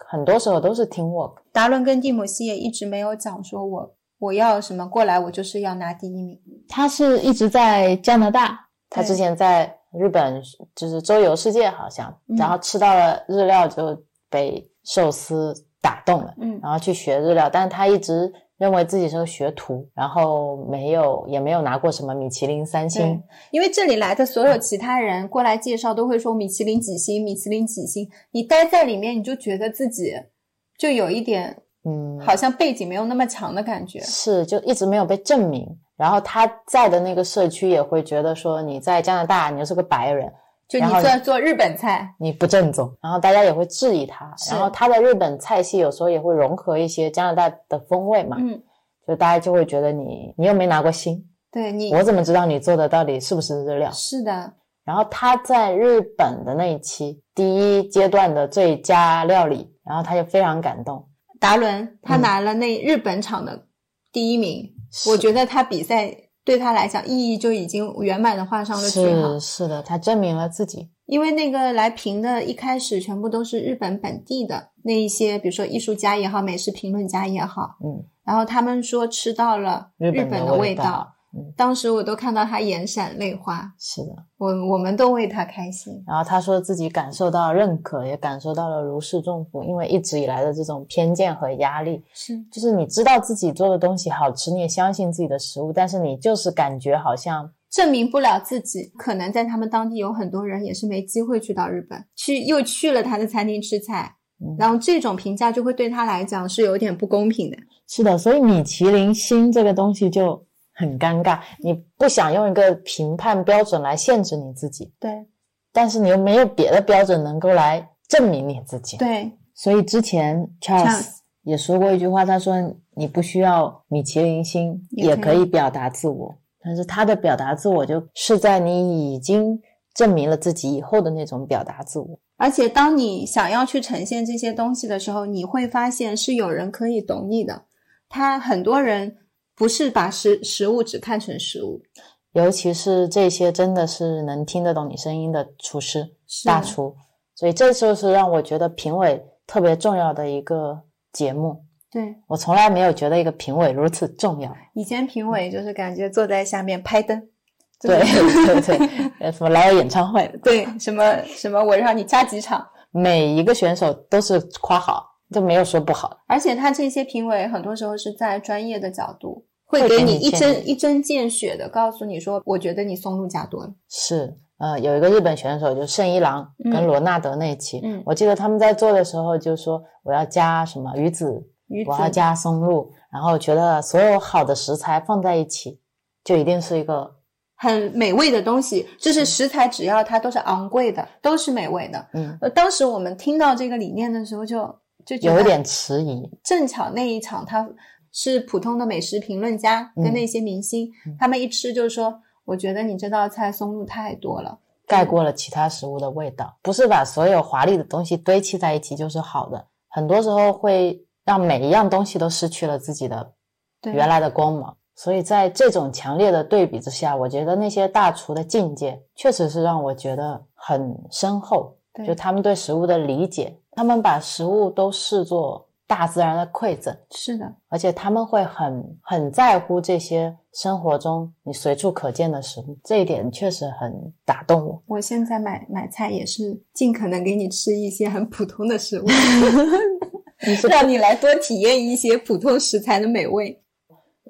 Speaker 3: 很多时候都是 team work。
Speaker 2: 达伦跟蒂姆西也一直没有讲说我我要什么过来，我就是要拿第一名。
Speaker 3: 他是一直在加拿大，他
Speaker 2: 对
Speaker 3: 之前在日本就是周游世界好像，
Speaker 2: 嗯
Speaker 3: 然后吃到了日料就被寿司打动了，
Speaker 2: 嗯
Speaker 3: 然后去学日料，但是他一直认为自己是个学徒，然后没有也没有拿过什么米其林三星，
Speaker 2: 因为这里来的所有其他人过来介绍都会说米其林几星，米其林几星。你待在里面，你就觉得自己就有一点
Speaker 3: 嗯，
Speaker 2: 好像背景没有那么强的感觉。
Speaker 3: 是就一直没有被证明。然后他在的那个社区也会觉得说你在加拿大你就是个白人，
Speaker 2: 就你
Speaker 3: 然后
Speaker 2: 做做日本菜，
Speaker 3: 你不正宗，然后大家也会质疑他。
Speaker 2: 是
Speaker 3: 然后他的日本菜系有时候也会融合一些加拿大的风味嘛，
Speaker 2: 嗯，
Speaker 3: 就大家就会觉得你你又没拿过星，
Speaker 2: 对你
Speaker 3: 我怎么知道你做的到底是不是日料？
Speaker 2: 是的，
Speaker 3: 然后他在日本的那一期第一阶段的最佳料理，然后他就非常感动。
Speaker 2: 达伦他
Speaker 3: 嗯
Speaker 2: 拿了那日本场的第一名，
Speaker 3: 是
Speaker 2: 我觉得他比赛对他来讲意义就已经圆满的画上了句号。
Speaker 3: 是是的，他证明了自己。
Speaker 2: 因为那个来评的，一开始全部都是日本本地的那一些，比如说艺术家也好，美食评论家也好，
Speaker 3: 嗯，
Speaker 2: 然后他们说吃到了
Speaker 3: 日
Speaker 2: 日
Speaker 3: 本
Speaker 2: 本
Speaker 3: 的
Speaker 2: 味
Speaker 3: 味
Speaker 2: 道，
Speaker 3: 道嗯
Speaker 2: 当时我都看到他眼闪泪花，
Speaker 3: 是的。
Speaker 2: 我我们都为他开心。
Speaker 3: 然后他说自己感受到认可，也感受到了如释重负，因为一直以来的这种偏见和压力，
Speaker 2: 是
Speaker 3: 就是你知道自己做的东西好吃，你也相信自己的食物，但是你就是感觉好像
Speaker 2: 证明不了自己，可能在他们当地有很多人也是没机会去到日本，去又去了他的餐厅吃菜，
Speaker 3: 嗯
Speaker 2: 然后这种评价就会对他来讲是有点不公平的。
Speaker 3: 是的，所以米其林星这个东西就很尴尬，你不想用一个评判标准来限制你自己，
Speaker 2: 对
Speaker 3: 但是你又没有别的标准能够来证明你自己。，
Speaker 2: 对，
Speaker 3: 所以之前
Speaker 2: Charles
Speaker 3: Charles 也说过一句话，他说你不需要米其林星
Speaker 2: 也
Speaker 3: 也
Speaker 2: 可
Speaker 3: 可
Speaker 2: 以
Speaker 3: 以表达自我，但是他的表达自我就是在你已经证明了自己以后的那种表达自我。
Speaker 2: 而且，当你想要去呈现这些东西的时候，你会发现是有人可以懂你的。他很多人不是把食食物只看成食物，
Speaker 3: 尤其是这些真的是能听得懂你声音的厨师、
Speaker 2: 是
Speaker 3: 大厨，所以这就是让我觉得评委特别重要的一个节目。
Speaker 2: 对。
Speaker 3: 我从来没有觉得一个评委如此重要。
Speaker 2: 以前评委就是感觉坐在下面拍灯，
Speaker 3: 对对
Speaker 2: 对
Speaker 3: 对，呃什么来我演唱会，
Speaker 2: 对，什么什么我让你加几场，
Speaker 3: 每一个选手都是夸好，都没有说不好。
Speaker 2: 而且他这些评委很多时候是在专业的角度，会
Speaker 3: 会
Speaker 2: 给
Speaker 3: 给
Speaker 2: 你
Speaker 3: 你
Speaker 2: 一
Speaker 3: 建
Speaker 2: 针
Speaker 3: 议
Speaker 2: 一针见血的告诉你说，我觉得你松露加多了。
Speaker 3: 是，呃，有一个日本选手就是圣一郎
Speaker 2: 嗯
Speaker 3: 跟罗纳德那一期，
Speaker 2: 嗯
Speaker 3: 我记得他们在做的时候就说我要加什么鱼子，
Speaker 2: 鱼子
Speaker 3: 我要加松露，然后觉得所有好的食材放在一起，就一定是一个
Speaker 2: 很美味的东西，就是食材只要它都是昂贵的，都是美味的。
Speaker 3: 嗯，
Speaker 2: 呃，当时我们听到这个理念的时候就就觉得
Speaker 3: 有一点迟疑。
Speaker 2: 正巧那一场他是普通的美食评论家
Speaker 3: 嗯
Speaker 2: 跟那些明星，他们一吃就说，我觉得你这道菜松露太多了。
Speaker 3: 盖过了其他食物的味道，不是把所有华丽的东西堆砌在一起就是好的，很多时候会让每一样东西都失去了自己的
Speaker 2: 对，
Speaker 3: 原来的光芒。所以在这种强烈的对比之下，我觉得那些大厨的境界确实是让我觉得很深厚，
Speaker 2: 对
Speaker 3: 就他们对食物的理解，他们把食物都视作大自然的馈赠，
Speaker 2: 是的，
Speaker 3: 而且他们会很很在乎这些生活中你随处可见的食物，这一点确实很打动我。
Speaker 2: 我现在买买菜也是尽可能给你吃一些很普通的食 物，让你来多体验一些普通食材的美味。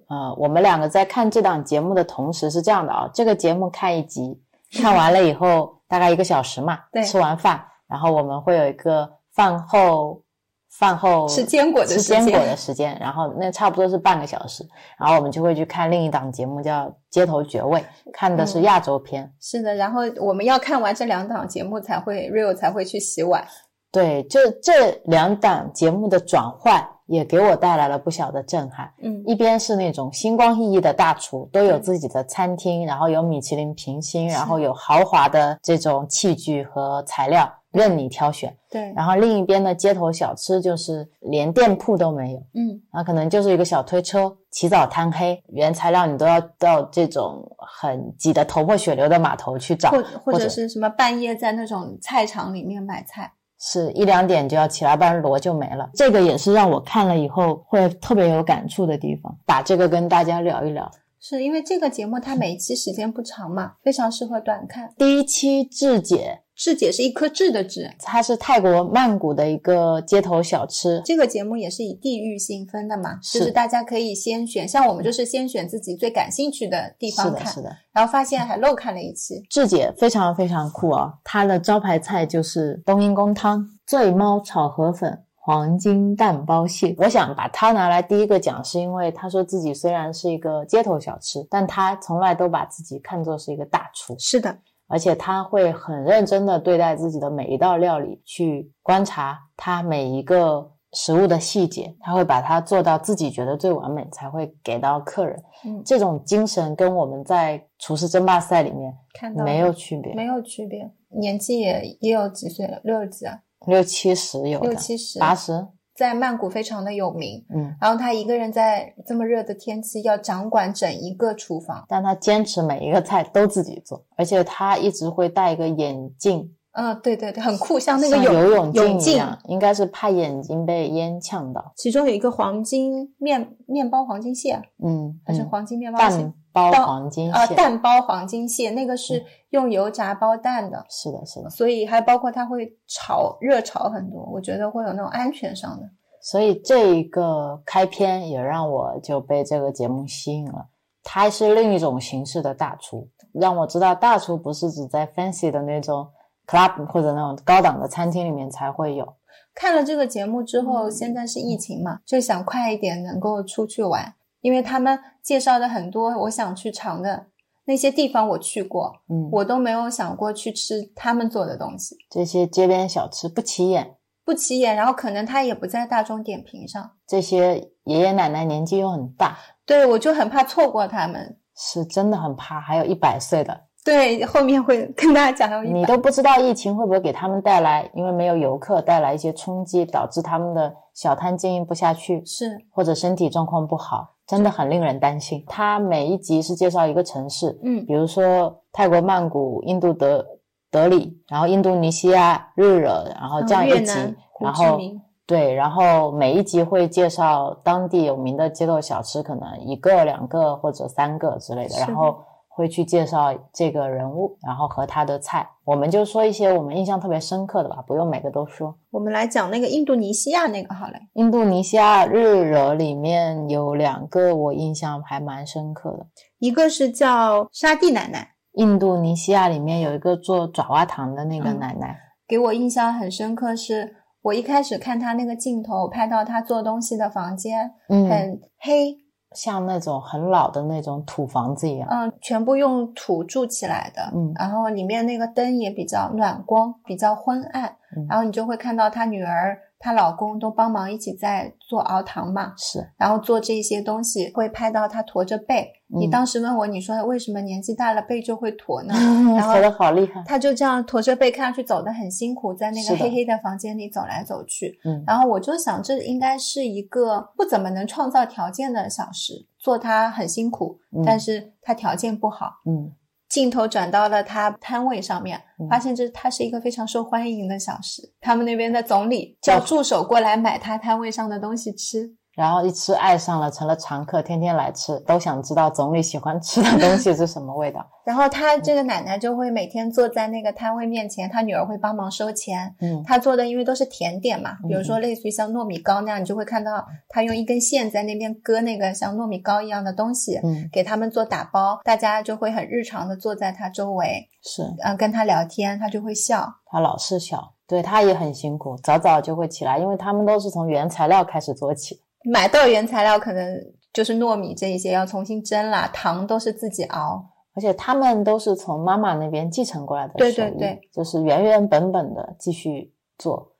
Speaker 3: 呃，我们两个在看这档节目的同时是这样的啊，这个节目看一集，看完了以后大概一个小时嘛，
Speaker 2: 对
Speaker 3: 吃完饭，然后我们会有一个饭后饭后
Speaker 2: 吃坚果的
Speaker 3: 吃
Speaker 2: 时
Speaker 3: 坚
Speaker 2: 间
Speaker 3: 果的时间，然后那差不多是半个小时，然后我们就会去看另一档节目叫《街头绝味》，看
Speaker 2: 嗯
Speaker 3: 的是亚洲片。
Speaker 2: 是的，然后我们要看完这两档节目才会 real 才会去洗碗。
Speaker 3: 对，这这两档节目的转换也给我带来了不小的震撼。
Speaker 2: 嗯
Speaker 3: 一边是那种星光熠熠的大厨，都有
Speaker 2: 嗯
Speaker 3: 自己的餐厅，然后有米其林评星，
Speaker 2: 是
Speaker 3: 然后有豪华的这种器具和材料任你挑选。
Speaker 2: 对，
Speaker 3: 然后另一边的街头小吃就是连店铺都没有，
Speaker 2: 嗯，
Speaker 3: 那可能就是一个小推车，起早贪黑，原材料你都要到这种很挤得头破血流的码头去找，
Speaker 2: 或或
Speaker 3: 或
Speaker 2: 者
Speaker 3: 者
Speaker 2: 是什么半夜在那种菜场里面买菜。
Speaker 3: 是一两点就要起来，不然螺就没了。这个也是让我看了以后会特别有感触的地方，把这个跟大家聊一聊。
Speaker 2: 是因为这个节目它每一期时间不长嘛，非常适合短看。
Speaker 3: 第一期智姐，
Speaker 2: 智姐是一颗痣的痣，
Speaker 3: 它是泰国曼谷的一个街头小吃，
Speaker 2: 这个节目也是以地域性分的嘛，
Speaker 3: 是
Speaker 2: 就是大家可以先选，像我们就是先选自己最感兴趣的地
Speaker 3: 是
Speaker 2: 方
Speaker 3: 的，
Speaker 2: 看
Speaker 3: 是，的。
Speaker 2: 然后发现还漏看了一期。
Speaker 3: 智姐非常非常酷啊，她的招牌菜就是冬阴功汤、醉猫炒河粉。黄金蛋包蟹，我想把它拿来第一个讲，是因为她说自己虽然是一个街头小吃，但她从来都把自己看作是一个大厨。
Speaker 2: 是的，
Speaker 3: 而且他会很认真的对待自己的每一道料理，去观察它每一个食物的细节，他会把它做到自己觉得最完美，才会给到客人。
Speaker 2: 嗯，
Speaker 3: 这种精神跟我们在厨师争霸赛里面
Speaker 2: 看到了
Speaker 3: 没有区别，
Speaker 2: 没有区别，年纪也也有几岁了，六十几啊，
Speaker 3: 六七十有
Speaker 2: 六
Speaker 3: 的，
Speaker 2: 七十，
Speaker 3: 八十，
Speaker 2: 在曼谷非常的有名。
Speaker 3: 嗯，
Speaker 2: 然后他一个人在这么热的天气要掌管整一个厨房，
Speaker 3: 但他坚持每一个菜都自己做，而且他一直会戴一个眼镜，
Speaker 2: 嗯，对对对，很酷，像那个
Speaker 3: 像
Speaker 2: 泳
Speaker 3: 游泳
Speaker 2: 泳
Speaker 3: 镜一
Speaker 2: 镜，
Speaker 3: 样，应该是怕眼睛被烟呛到，
Speaker 2: 其中有一个黄金面面包黄金蟹啊，
Speaker 3: 嗯，
Speaker 2: 还是
Speaker 3: 嗯
Speaker 2: 黄金面包蟹
Speaker 3: 蛋包
Speaker 2: 蛋
Speaker 3: 黄金
Speaker 2: 啊、
Speaker 3: 蟹，嗯
Speaker 2: 蛋包黄金蟹，那个是用油炸包蛋的，
Speaker 3: 是的，是的。
Speaker 2: 所以还包括它会炒热炒很多，我觉得会有那种安全上的。
Speaker 3: 所以这一个开篇也让我就被这个节目吸引了。它是另一种形式的大厨，让我知道大厨不是只在 fancy 的那种 club 或者那种高档的餐厅里面才会有。
Speaker 2: 看了这个节目之
Speaker 3: 嗯
Speaker 2: 后，现在是疫情嘛，就想快一点能够出去玩，因为他们介绍的很多我想去尝的那些地方我去过，
Speaker 3: 嗯，
Speaker 2: 我都没有想过去吃他们做的东西，
Speaker 3: 这些街边小吃不起眼，
Speaker 2: 不起眼，然后可能它也不在大众点评上，
Speaker 3: 这些爷爷奶奶年纪又很大，
Speaker 2: 对我就很怕错过他们。
Speaker 3: 是真的很怕。还有一百岁的，
Speaker 2: 对，后面会跟大家讲到一
Speaker 3: 你
Speaker 2: 百
Speaker 3: 都不知道疫情会不会给他们带来，因为没有游客带来一些冲击，导致他们的小摊经营不下去，
Speaker 2: 是
Speaker 3: 或者身体状况不好，真的很令人担心。它每一集是介绍一个城市，
Speaker 2: 嗯
Speaker 3: 比如说泰国曼谷、印度德德里，然后印度尼西亚日惹，然哦后这样
Speaker 2: 哦越
Speaker 3: 一集，
Speaker 2: 南胡
Speaker 3: 然
Speaker 2: 志
Speaker 3: 后
Speaker 2: 明，
Speaker 3: 对，然后每一集会介绍当地有名的街头小吃，可能一个、两个或者三个之类的，
Speaker 2: 是
Speaker 3: 然后会去介绍这个人物，然后和他的菜。我们就说一些我们印象特别深刻的吧，不用每个都说。
Speaker 2: 我们来讲那个印度尼西亚那个好嘞，
Speaker 3: 印度尼西亚日惹里面有两个我印象还蛮深刻的。
Speaker 2: 一个是叫沙地奶奶，
Speaker 3: 印度尼西亚里面有一个做爪哇糖的那个
Speaker 2: 嗯
Speaker 3: 奶奶，
Speaker 2: 给我印象很深刻是，我一开始看他那个镜头，拍到他做东西的房间
Speaker 3: 嗯，
Speaker 2: 很黑，
Speaker 3: 像那种很老的那种土房子一样，
Speaker 2: 嗯，全部用土筑起来的，
Speaker 3: 嗯
Speaker 2: 然后里面那个灯也比较暖光，比较昏暗
Speaker 3: 嗯，
Speaker 2: 然后你就会看到他女儿她老公都帮忙一起在做熬糖嘛，
Speaker 3: 是
Speaker 2: 然后做这些东西，会拍到她驼着背。你
Speaker 3: 嗯
Speaker 2: 当时问我，你说为什么年纪大了背就会驼呢？ 然后
Speaker 3: 活得好厉害，
Speaker 2: 她就这样驼着背，看上去走得很辛苦，在那个
Speaker 3: 是的
Speaker 2: 黑黑的房间里走来走去。
Speaker 3: 嗯
Speaker 2: 然后我就想，这应该是一个不怎么能创造条件的小时，做她很辛苦，
Speaker 3: 嗯
Speaker 2: 但是她条件不好。
Speaker 3: 嗯
Speaker 2: 镜头转到了他摊位上面，
Speaker 3: 嗯
Speaker 2: 发现这他是一个非常受欢迎的小食。他们那边的总
Speaker 3: 哦
Speaker 2: 理叫助手过来买他摊位上的东西吃，
Speaker 3: 然后一吃爱上了，成了常客，天天来吃，都想知道总理喜欢吃的东西是什么味道。
Speaker 2: 然后
Speaker 3: 哦
Speaker 2: 他这个奶奶就会每天坐在那个摊位面前，他女儿会帮忙收钱。
Speaker 3: 嗯
Speaker 2: 他做的因为都是甜点嘛，
Speaker 3: 嗯
Speaker 2: 比如说类似于像糯米糕那样，你就会看到他用一根线在那边割那个像糯米糕一样的东西，
Speaker 3: 嗯，
Speaker 2: 给他们做打包，大家就会很日常的坐在他周围，
Speaker 3: 是
Speaker 2: 嗯、跟他聊天，他就会笑。
Speaker 3: 他老是小，对他也很辛苦，早早就会起来，因为他们都是从原材料开始做起。
Speaker 2: 买到原材料可能就是糯米这一些要重新蒸啦，糖都是自己熬。
Speaker 3: 而且他们都是从妈妈那边继承过来的手
Speaker 2: 对
Speaker 3: 艺，
Speaker 2: 对对
Speaker 3: 就是原原本本的继续做，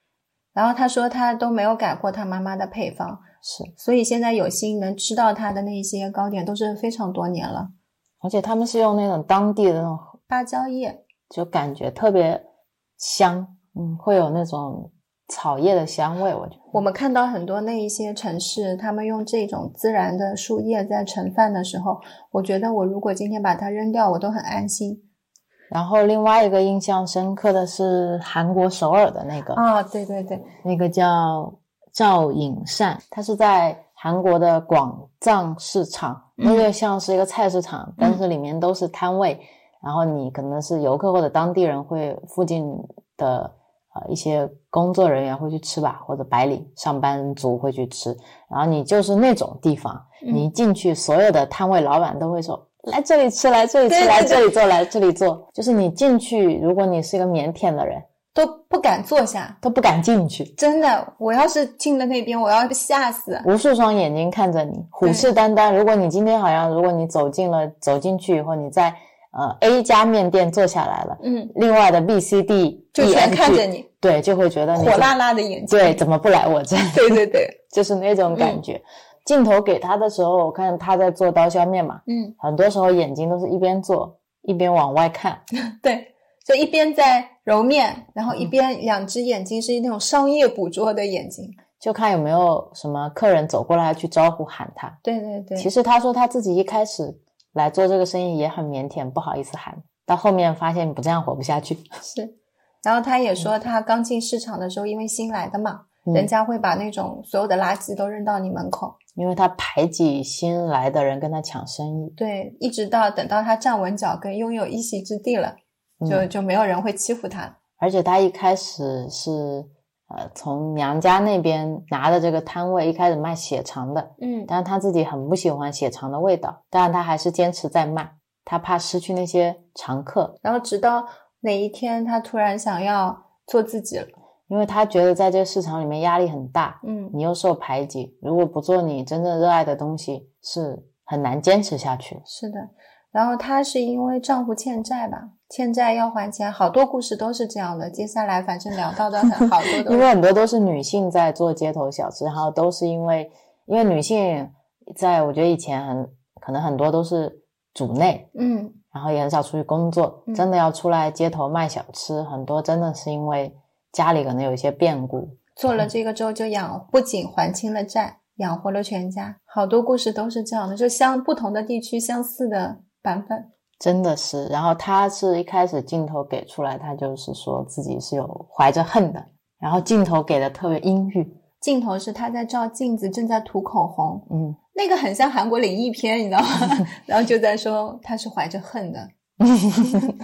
Speaker 2: 然后他说他都没有改过他妈妈的配方，
Speaker 3: 是。
Speaker 2: 所以现在有幸能吃到他的那些糕点都是非常多年了。
Speaker 3: 而且他们是用那种当地的那种，
Speaker 2: 芭蕉叶，
Speaker 3: 就感觉特别香，嗯，会有那种草叶的香味，我觉得
Speaker 2: 我们看到很多那一些城市，他们用这种自然的树叶在盛饭的时候，我觉得我如果今天把它扔掉，我都很安心。
Speaker 3: 然后另外一个印象深刻的是韩国首尔的那个，
Speaker 2: 啊、对对对，
Speaker 3: 那个叫赵颖善，它是在韩国的广藏市场，
Speaker 2: 嗯
Speaker 3: 那个像是一个菜市场，但是里面都是摊位，然后你可能是游客或者当地人会附近的呃一些工作人员会去吃吧，或者白领上班族会去吃，然后你就是那种地方，
Speaker 2: 嗯
Speaker 3: 你一进去所有的摊位老板都会说。来这里吃，来这里
Speaker 2: 对
Speaker 3: 吃，
Speaker 2: 对
Speaker 3: 来
Speaker 2: 对
Speaker 3: 这里坐，来这里坐。就是你进去，如果你是一个腼腆的人，
Speaker 2: 都不敢坐下。
Speaker 3: 都不敢进去。
Speaker 2: 真的，我要是进了那边，我要吓死。
Speaker 3: 无数双眼睛看着你，虎视眈眈。如果你今天好像，如果你走进了走进去以后，你在呃 A 家面店坐下来了，
Speaker 2: 嗯，
Speaker 3: 另外的 B、C、D
Speaker 2: 就全看着
Speaker 3: E F G，
Speaker 2: 你，
Speaker 3: 对，就会觉得你
Speaker 2: 火辣辣的眼睛。
Speaker 3: 对，怎么不来我这？
Speaker 2: 对对对，
Speaker 3: 就是那种感觉。
Speaker 2: 嗯
Speaker 3: 镜头给他的时候，我看他在做刀削面嘛，
Speaker 2: 嗯，
Speaker 3: 很多时候眼睛都是一边做一边往外看，
Speaker 2: 对，就一边在揉面，然
Speaker 3: 嗯
Speaker 2: 后一边两只眼睛是那种商业捕捉的眼睛。
Speaker 3: 就看有没有什么客人走过来去招呼喊他。
Speaker 2: 对对对，
Speaker 3: 其实他说他自己一开始来做这个生意也很腼腆，不好意思喊。到后面发现不这样活不下去，
Speaker 2: 是。然后他也说，他刚进市场的时候，因为新来的嘛，
Speaker 3: 嗯
Speaker 2: 人家会把那种所有的垃圾都扔到你门口。
Speaker 3: 因为他排挤新来的人跟他抢生意，
Speaker 2: 对，一直到等到他站稳脚跟，拥有一席之地了，
Speaker 3: 嗯
Speaker 2: 就就没有人会欺负他了。
Speaker 3: 而且他一开始是呃从娘家那边拿的这个摊位，一开始卖血肠的，
Speaker 2: 嗯，
Speaker 3: 但是他自己很不喜欢血肠的味道，但是他还是坚持在卖，他怕失去那些常客，
Speaker 2: 然后直到哪一天，他突然想要做自己了。
Speaker 3: 因为他觉得在这个市场里面压力很大，
Speaker 2: 嗯，
Speaker 3: 你又受排挤，如果不做你真正热爱的东西，是很难坚持下去的。
Speaker 2: 是的，然后她是因为丈夫欠债吧，欠债要还钱，好多故事都是这样的。接下来反正聊到的很好多
Speaker 3: 因
Speaker 2: 都
Speaker 3: 为
Speaker 2: 是，
Speaker 3: 很多都是女性在做街头小吃，然后都是因为因为女性在我觉得以前很可能很多都是主内，
Speaker 2: 嗯，
Speaker 3: 然后也很少出去工作，
Speaker 2: 嗯
Speaker 3: 真的要出来街头卖小吃，很多真的是因为家里可能有一些变故。
Speaker 2: 做了这个之后就养，不仅还清了债，养活了全家。好多故事都是这样的，就相不同的地区相似的版本。
Speaker 3: 真的是，然后他是一开始镜头给出来，他就是说自己是有怀着恨的，然后镜头给的特别阴郁，
Speaker 2: 镜头是她在照镜子，正在涂口红，
Speaker 3: 嗯，
Speaker 2: 那个很像韩国灵异片，你知道吗？ 然后就在说她是怀着恨的，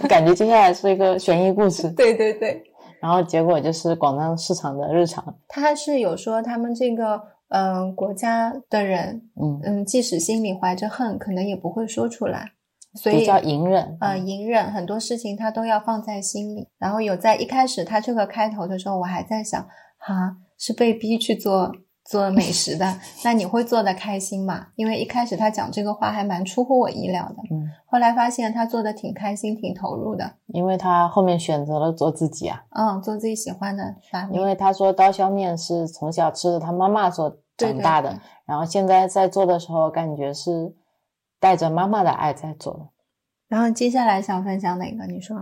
Speaker 3: 感觉接下来是一个悬疑故事，
Speaker 2: 对对对，
Speaker 3: 然后结果就是广藏市场的日常，
Speaker 2: 他是有说他们这个嗯、呃国家的人，
Speaker 3: 嗯，
Speaker 2: 嗯，即使心里怀着恨，可能也不会说出来，所
Speaker 3: 比
Speaker 2: 以
Speaker 3: 较隐嗯忍，
Speaker 2: 呃隐忍很多事情他都要放在心里。然后有在一开始他这个开头的时候，我还在想，哈、是被逼去做做美食 的，那你会做的开心嘛？因为一开始他讲这个话还蛮出乎我意料的，
Speaker 3: 嗯，
Speaker 2: 后来发现他做的挺开心，挺投入的，
Speaker 3: 因为他后面选择了做自己啊，
Speaker 2: 嗯，做自己喜欢的发明
Speaker 3: 因，为他说刀削面是从小吃着他妈妈做
Speaker 2: 对
Speaker 3: 长大的，
Speaker 2: 对对
Speaker 3: 然后现在在做的时候，感觉是带着妈妈的爱在做的。
Speaker 2: 然后接下来想分享哪个？你说，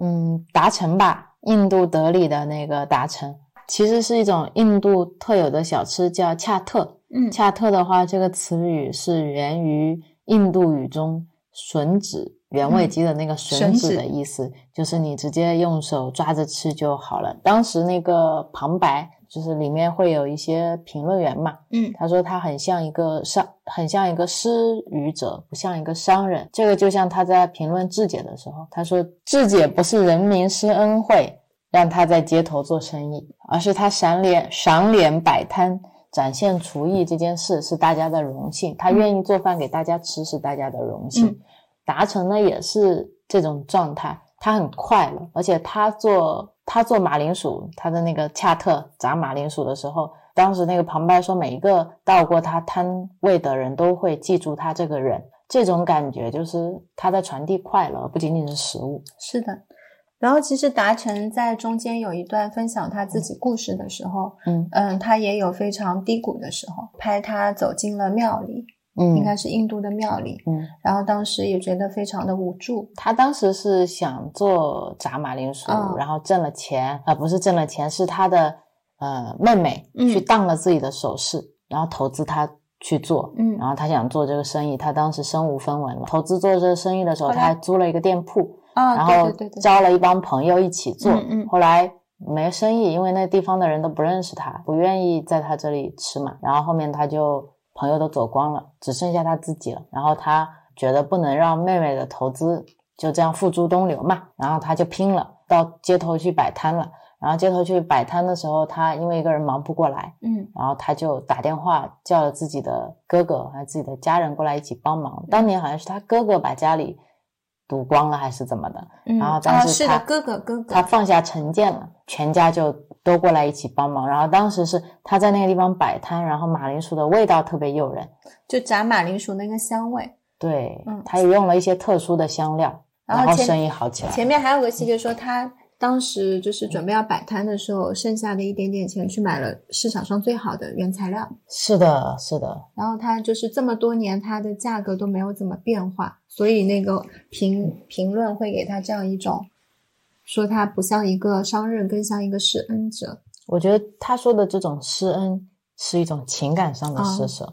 Speaker 3: 嗯，达成吧，印度德里的那个达成，其实是一种印度特有的小吃，叫恰特。
Speaker 2: 嗯
Speaker 3: 恰特的话，这个词语是源于印度语中吮指原味鸡的那个嗯吮
Speaker 2: 吮指
Speaker 3: 指的意思，就是你直接用手抓着吃就好了。当时那个旁白就是里面会有一些评论员嘛，
Speaker 2: 嗯
Speaker 3: 他说他很像一个商，很像一个施予者，不像一个商人。这个就像他在评论智姐的时候，他说智姐不是人民施恩惠，让他在街头做生意，而是他赏脸赏脸摆摊，展现厨艺这件事是大家的荣幸。他愿意做饭给大家吃是大家的荣幸。
Speaker 2: 嗯
Speaker 3: 达成呢也是这种状态，他很快乐，而且他做他做马铃薯，他的那个恰特炸马铃薯的时候，当时那个旁白说，每一个到过他摊位的人都会记住他这个人，这种感觉就是他在传递快乐，不仅仅是食物。
Speaker 2: 是的。然后其实达成在中间有一段分享他自己故事的时候，
Speaker 3: 嗯
Speaker 2: 嗯，他也有非常低谷的时候，拍他走进了庙里，
Speaker 3: 嗯
Speaker 2: 应该是印度的庙里，
Speaker 3: 嗯，
Speaker 2: 然后当时也觉得非常的无助，
Speaker 3: 他当时是想做炸马铃薯，
Speaker 2: 嗯
Speaker 3: 然后挣了钱，啊、不是挣了钱，是他的呃妹妹
Speaker 2: 嗯
Speaker 3: 去当了自己的首饰，然后投资他去做，
Speaker 2: 嗯
Speaker 3: 然后他想做这个生意，他当时身无分文了，投资做这个生意的时候，
Speaker 2: 后
Speaker 3: 他
Speaker 2: 来
Speaker 3: 还租了一个店铺，
Speaker 2: 啊，
Speaker 3: 然
Speaker 2: 对
Speaker 3: 后
Speaker 2: 对对对，
Speaker 3: 招了一帮朋友一起做，
Speaker 2: 嗯嗯
Speaker 3: 后来没生意，因为那地方的人都不认识他，不愿意在他这里吃嘛。然后后面他就朋友都走光了，只剩下他自己了。然后他觉得不能让妹妹的投资就这样付诸东流嘛，然后他就拼了，到街头去摆摊了。然后街头去摆摊的时候，他因为一个人忙不过来，
Speaker 2: 嗯
Speaker 3: 然后他就打电话叫了自己的哥哥还有自己的家人过来一起帮忙。当年好像是他哥哥把家里赌光了还是怎么的，
Speaker 2: 嗯，
Speaker 3: 然后当
Speaker 2: 啊
Speaker 3: 时
Speaker 2: 是
Speaker 3: 他
Speaker 2: 的，哥哥哥
Speaker 3: 他
Speaker 2: 哥，
Speaker 3: 放下成见了，全家就都过来一起帮忙。然后当时是他在那个地方摆摊，然后马铃薯的味道特别诱人，
Speaker 2: 就炸马铃薯那个香味。
Speaker 3: 对，
Speaker 2: 嗯
Speaker 3: 他也用了一些特殊的香料，
Speaker 2: 然
Speaker 3: 然
Speaker 2: 后
Speaker 3: 后
Speaker 2: 前
Speaker 3: 生意好起来。
Speaker 2: 前面还有个细节说，他当时就是准备要摆摊的时候，剩下的一点点钱去买了市场上最好的原材料，
Speaker 3: 是的，是的，
Speaker 2: 然后它就是这么多年，它的价格都没有怎么变化，所以那个评评论会给它这样一种，说它不像一个商人，更像一个施恩者。
Speaker 3: 我觉得他说的这种施恩是一种情感上的
Speaker 2: 嗯
Speaker 3: 施舍。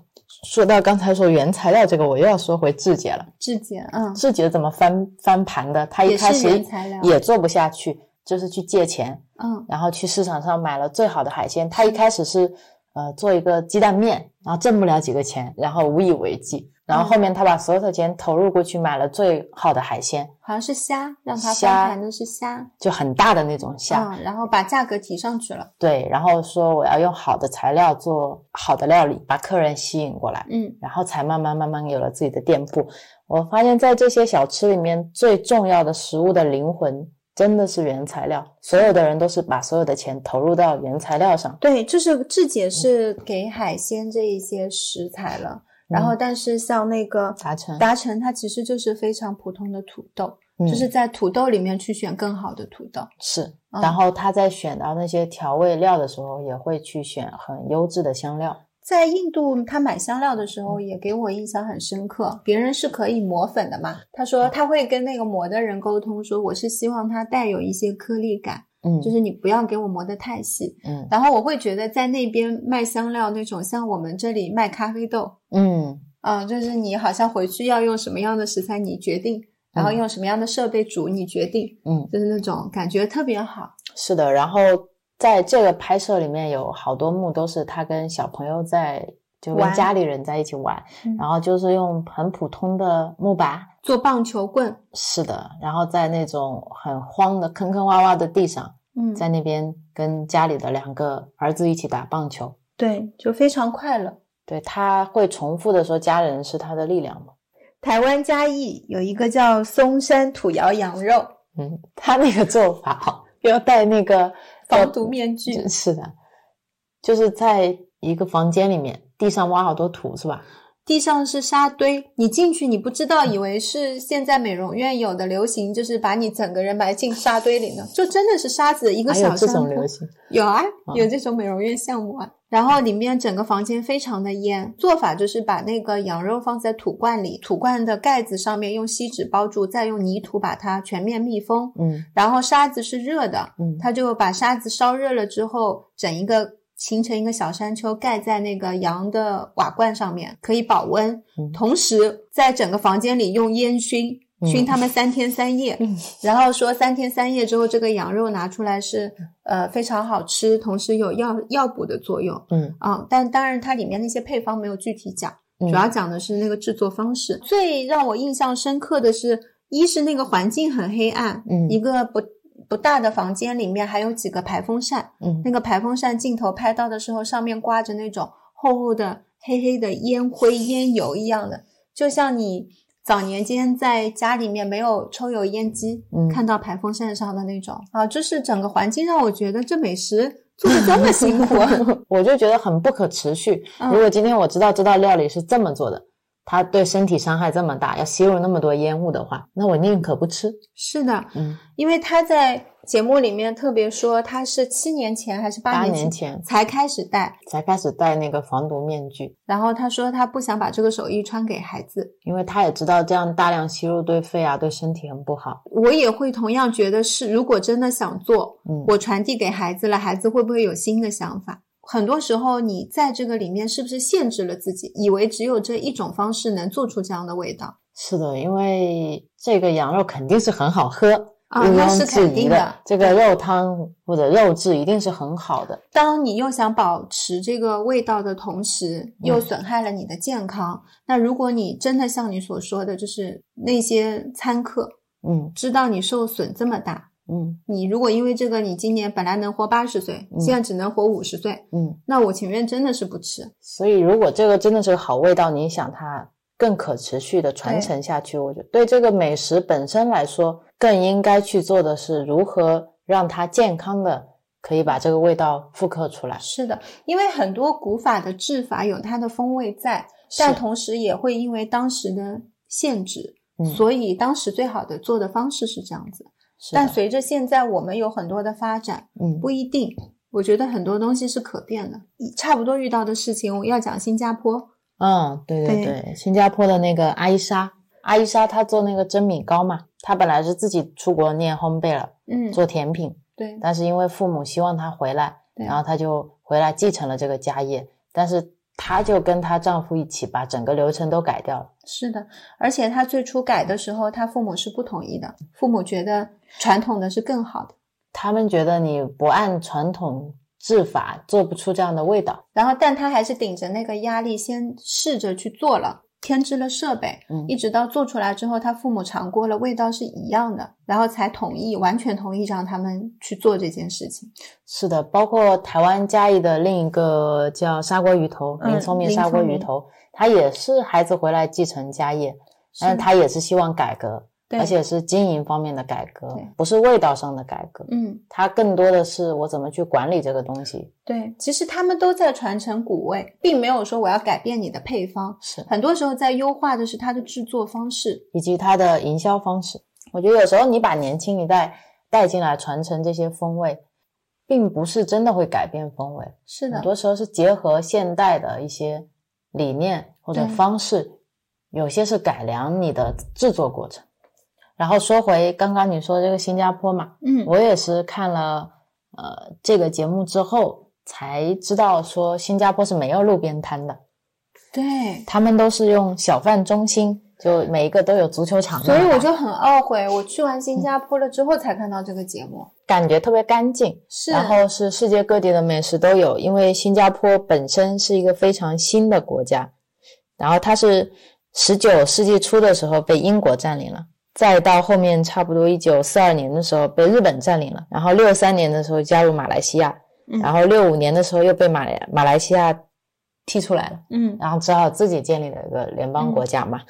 Speaker 3: 说到刚才说原材料这个，我又要说回志姐了。
Speaker 2: 质检，嗯，
Speaker 3: 志姐怎么翻翻盘的？她一
Speaker 2: 也
Speaker 3: 开
Speaker 2: 是原
Speaker 3: 始
Speaker 2: 材料，
Speaker 3: 也做不下去，就是去借钱，
Speaker 2: 嗯
Speaker 3: 然后去市场上买了最好的海鲜。他一开始是呃做一个鸡蛋面，然后挣不了几个钱，然后无以为继。然后后面他把所有的钱投入过去，买了最好的海鲜，
Speaker 2: 好像是虾，让它
Speaker 3: 虾
Speaker 2: 翻盘的是虾，
Speaker 3: 就很大的那种虾。
Speaker 2: 嗯，然后把价格提上去了，
Speaker 3: 对，然后说我要用好的材料做好的料理，把客人吸引过来，
Speaker 2: 嗯
Speaker 3: 然后才慢慢慢慢有了自己的店铺。我发现，在这些小吃里面，最重要的食物的灵魂真的是原材料。所有的人都是把所有的钱投入到原材料上。
Speaker 2: 对，就是质检是给海鲜这一些食材了，然后但是像那个
Speaker 3: 达成，
Speaker 2: 嗯达成，它其实就是非常普通的土豆，
Speaker 3: 嗯
Speaker 2: 就是在土豆里面去选更好的土豆。
Speaker 3: 是，
Speaker 2: 嗯
Speaker 3: 然后他在选到那些调味料的时候，也会去选很优质的香料。
Speaker 2: 在印度，他买香料的时候也给我印象很深刻。别人是可以磨粉的嘛？他说他会跟那个磨的人沟通，说我是希望它带有一些颗粒感，
Speaker 3: 嗯，
Speaker 2: 就是你不要给我磨得太细。
Speaker 3: 嗯
Speaker 2: 然后我会觉得在那边卖香料那种，像我们这里卖咖啡豆，
Speaker 3: 嗯
Speaker 2: 嗯，就是你好像回去要用什么样的食材你决定，然后用什么样的设备煮你决定，
Speaker 3: 嗯，
Speaker 2: 就是那种感觉特别好。
Speaker 3: 是的。然后在这个拍摄里面有好多幕都是他跟小朋友在，就跟
Speaker 2: 玩
Speaker 3: 家里人在一起玩，
Speaker 2: 嗯
Speaker 3: 然后就是用很普通的木板。
Speaker 2: 做棒球棍，
Speaker 3: 是的，然后在那种很荒的坑坑洼洼的地上，
Speaker 2: 嗯，
Speaker 3: 在那边跟家里的两个儿子一起打棒球。
Speaker 2: 对，就非常快乐。
Speaker 3: 对他会重复的说，家人是他的力量嘛。
Speaker 2: 台湾嘉义有一个叫松山土窑羊肉
Speaker 3: 嗯，他那个做 法哦，要戴那个
Speaker 2: 防毒面具，
Speaker 3: 是的，就是在一个房间里面，地上挖好多土是吧？
Speaker 2: 地上是沙堆，你进去你不知道，以为是现在美容院有的流行，就是把你整个人埋进沙堆里呢，就真的是沙子一个
Speaker 3: 还有
Speaker 2: 小
Speaker 3: 这
Speaker 2: 山
Speaker 3: 种
Speaker 2: 坡。
Speaker 3: 流行，
Speaker 2: 有啊，
Speaker 3: 啊
Speaker 2: 有这种美容院项目啊。然后里面整个房间非常的烟，做法就是把那个羊肉放在土罐里，土罐的盖子上面用锡纸包住，再用泥土把它全面密封。
Speaker 3: 嗯
Speaker 2: 然后沙子是热的，
Speaker 3: 嗯，
Speaker 2: 他就把沙子烧热了之后，整一个形成一个小山丘，盖在那个羊的瓦罐上面，可以保温。
Speaker 3: 嗯
Speaker 2: 同时，在整个房间里用烟熏，
Speaker 3: 嗯
Speaker 2: 熏他们三天三夜。
Speaker 3: 嗯
Speaker 2: 然后说三天三夜之后，这个羊肉拿出来是呃非常好吃，同时有药药补的作用。
Speaker 3: 嗯
Speaker 2: 啊、但当然它里面那些配方没有具体讲。
Speaker 3: 嗯
Speaker 2: 主要讲的是那个制作方式。最让我印象深刻的是，一是那个环境很黑暗，
Speaker 3: 嗯
Speaker 2: 一个不不大的房间里面还有几个排风扇，
Speaker 3: 嗯
Speaker 2: 那个排风扇镜头拍到的时候，上面挂着那种厚厚的黑黑的烟灰烟油一样的，就像你早年间在家里面没有抽油烟机，
Speaker 3: 嗯
Speaker 2: 看到排风扇上的那种啊，就是整个环境让我觉得这美食做的这么辛 苦，啊
Speaker 3: 我就觉得很不可持续。
Speaker 2: 嗯
Speaker 3: 如果今天我知道这道料理是这么做的，它对身体伤害这么大，要吸入那么多烟雾的话，那我宁可不吃。
Speaker 2: 是的，
Speaker 3: 嗯，
Speaker 2: 因为他在节目里面特别说他是七年前还是八
Speaker 3: 八
Speaker 2: 年
Speaker 3: 年前
Speaker 2: 才开始戴，
Speaker 3: 才开始戴那个防毒面具，
Speaker 2: 然后他说他不想把这个手艺传给孩子。
Speaker 3: 因为他也知道这样大量吸入对肺啊，对身体很不好。
Speaker 2: 我也会同样觉得是，如果真的想做，
Speaker 3: 嗯，
Speaker 2: 我传递给孩子了，孩子会不会有新的想法？很多时候，你在这个里面是不是限制了自己，以为只有这一种方式能做出这样的味道
Speaker 3: 是的，因为这个羊肉肯定是很好喝。
Speaker 2: 啊？
Speaker 3: 毋
Speaker 2: 那
Speaker 3: 庸置
Speaker 2: 是肯
Speaker 3: 疑
Speaker 2: 定
Speaker 3: 的
Speaker 2: 的，。
Speaker 3: 这个肉汤或者肉质一定是很好的。
Speaker 2: 当你又想保持这个味道的同时，
Speaker 3: 嗯
Speaker 2: 又损害了你的健康，那如果你真的像你所说的，就是那些餐客
Speaker 3: 嗯
Speaker 2: 知道你受损这么大，
Speaker 3: 嗯
Speaker 2: 你如果因为这个，你今年本来能活八十岁，
Speaker 3: 嗯
Speaker 2: 现在只能活五十岁，
Speaker 3: 嗯。
Speaker 2: 那我情愿真的是不吃。
Speaker 3: 所以，如果这个真的是个好味道，你想它更可持续的传承下去，我觉得对这个美食本身来说，更应该去做的是如何让它健康的可以把这个味道复刻出来。
Speaker 2: 是的，因为很多古法的制法有它的风味在，但同时也会因为当时的限制，
Speaker 3: 嗯
Speaker 2: 所以当时最好的做的方式是这样子。
Speaker 3: 是的
Speaker 2: 但随着现在我们有很多的发展，
Speaker 3: 嗯
Speaker 2: 不一定。我觉得很多东西是可变的。差不多遇到的事情，我要讲新加坡，
Speaker 3: 嗯，对对
Speaker 2: 对
Speaker 3: 对，新加坡的那个阿伊莎，阿伊莎她做那个蒸米糕嘛，她本来是自己出国念烘焙了，
Speaker 2: 嗯，
Speaker 3: 做甜品，
Speaker 2: 对
Speaker 3: 但是因为父母希望她回来，
Speaker 2: 对
Speaker 3: 然后她就回来继承了这个家业，但是她就跟她丈夫一起把整个流程都改掉了。
Speaker 2: 是的。而且他最初改的时候，他父母是不同意的，父母觉得传统的是更好的。
Speaker 3: 他们觉得你不按传统制法做不出这样的味道，
Speaker 2: 然后，但他还是顶着那个压力，先试着去做了，添置了设备，
Speaker 3: 嗯
Speaker 2: 一直到做出来之后，他父母尝过了，味道是一样的，然后才同意，完全同意让他们去做这件事
Speaker 3: 嗯
Speaker 2: 情。
Speaker 3: 是的，包括台湾嘉义的另一个叫砂锅鱼头，
Speaker 2: 嗯
Speaker 3: 林聪明
Speaker 2: 林
Speaker 3: 砂锅
Speaker 2: 聪
Speaker 3: 鱼
Speaker 2: 明
Speaker 3: 头，他也是孩子回来继承家业，但是
Speaker 2: 的
Speaker 3: 他也是希望改革，
Speaker 2: 对
Speaker 3: 而且是经营方面的改革
Speaker 2: 对，
Speaker 3: 不是味道上的改革，
Speaker 2: 嗯，
Speaker 3: 他更多的是我怎么去管理这个东西。
Speaker 2: 对，其实他们都在传承古味，并没有说我要改变你的配方。
Speaker 3: 是，
Speaker 2: 很多时候在优化的是它的制作方式。
Speaker 3: 以及它的营销方式。我觉得有时候你把年轻一代带进来，传承这些风味，并不是真的会改变风味，
Speaker 2: 是
Speaker 3: 很
Speaker 2: 的，
Speaker 3: 多时候是结合现代的一些理念或者
Speaker 2: 对
Speaker 3: 方式，有些是改良你的制作过程。然后说回刚刚你说这个新加坡嘛，
Speaker 2: 嗯，
Speaker 3: 我也是看了呃这个节目之后才知道，说新加坡是没有路边摊的，
Speaker 2: 对，
Speaker 3: 他们都是用小贩中心，就每一个都有足球场那
Speaker 2: 所
Speaker 3: 样
Speaker 2: 以
Speaker 3: 大。
Speaker 2: 我就很懊悔，我去完
Speaker 3: 嗯
Speaker 2: 新加坡了之后才看到这个节目。
Speaker 3: 感觉特别干净，
Speaker 2: 是，
Speaker 3: 然后是世界各地的美食都有，因为新加坡本身是一个非常新的国家，然后它是十九世纪初的时候被英国占领了，再到后面差不多一九四二年的时候被日本占领了，然后六三年的时候加入马来西亚，
Speaker 2: 嗯
Speaker 3: 然后六五年的时候又被马来马来西亚踢出来了。
Speaker 2: 嗯
Speaker 3: 然后只好自己建立了一个联邦国家嘛。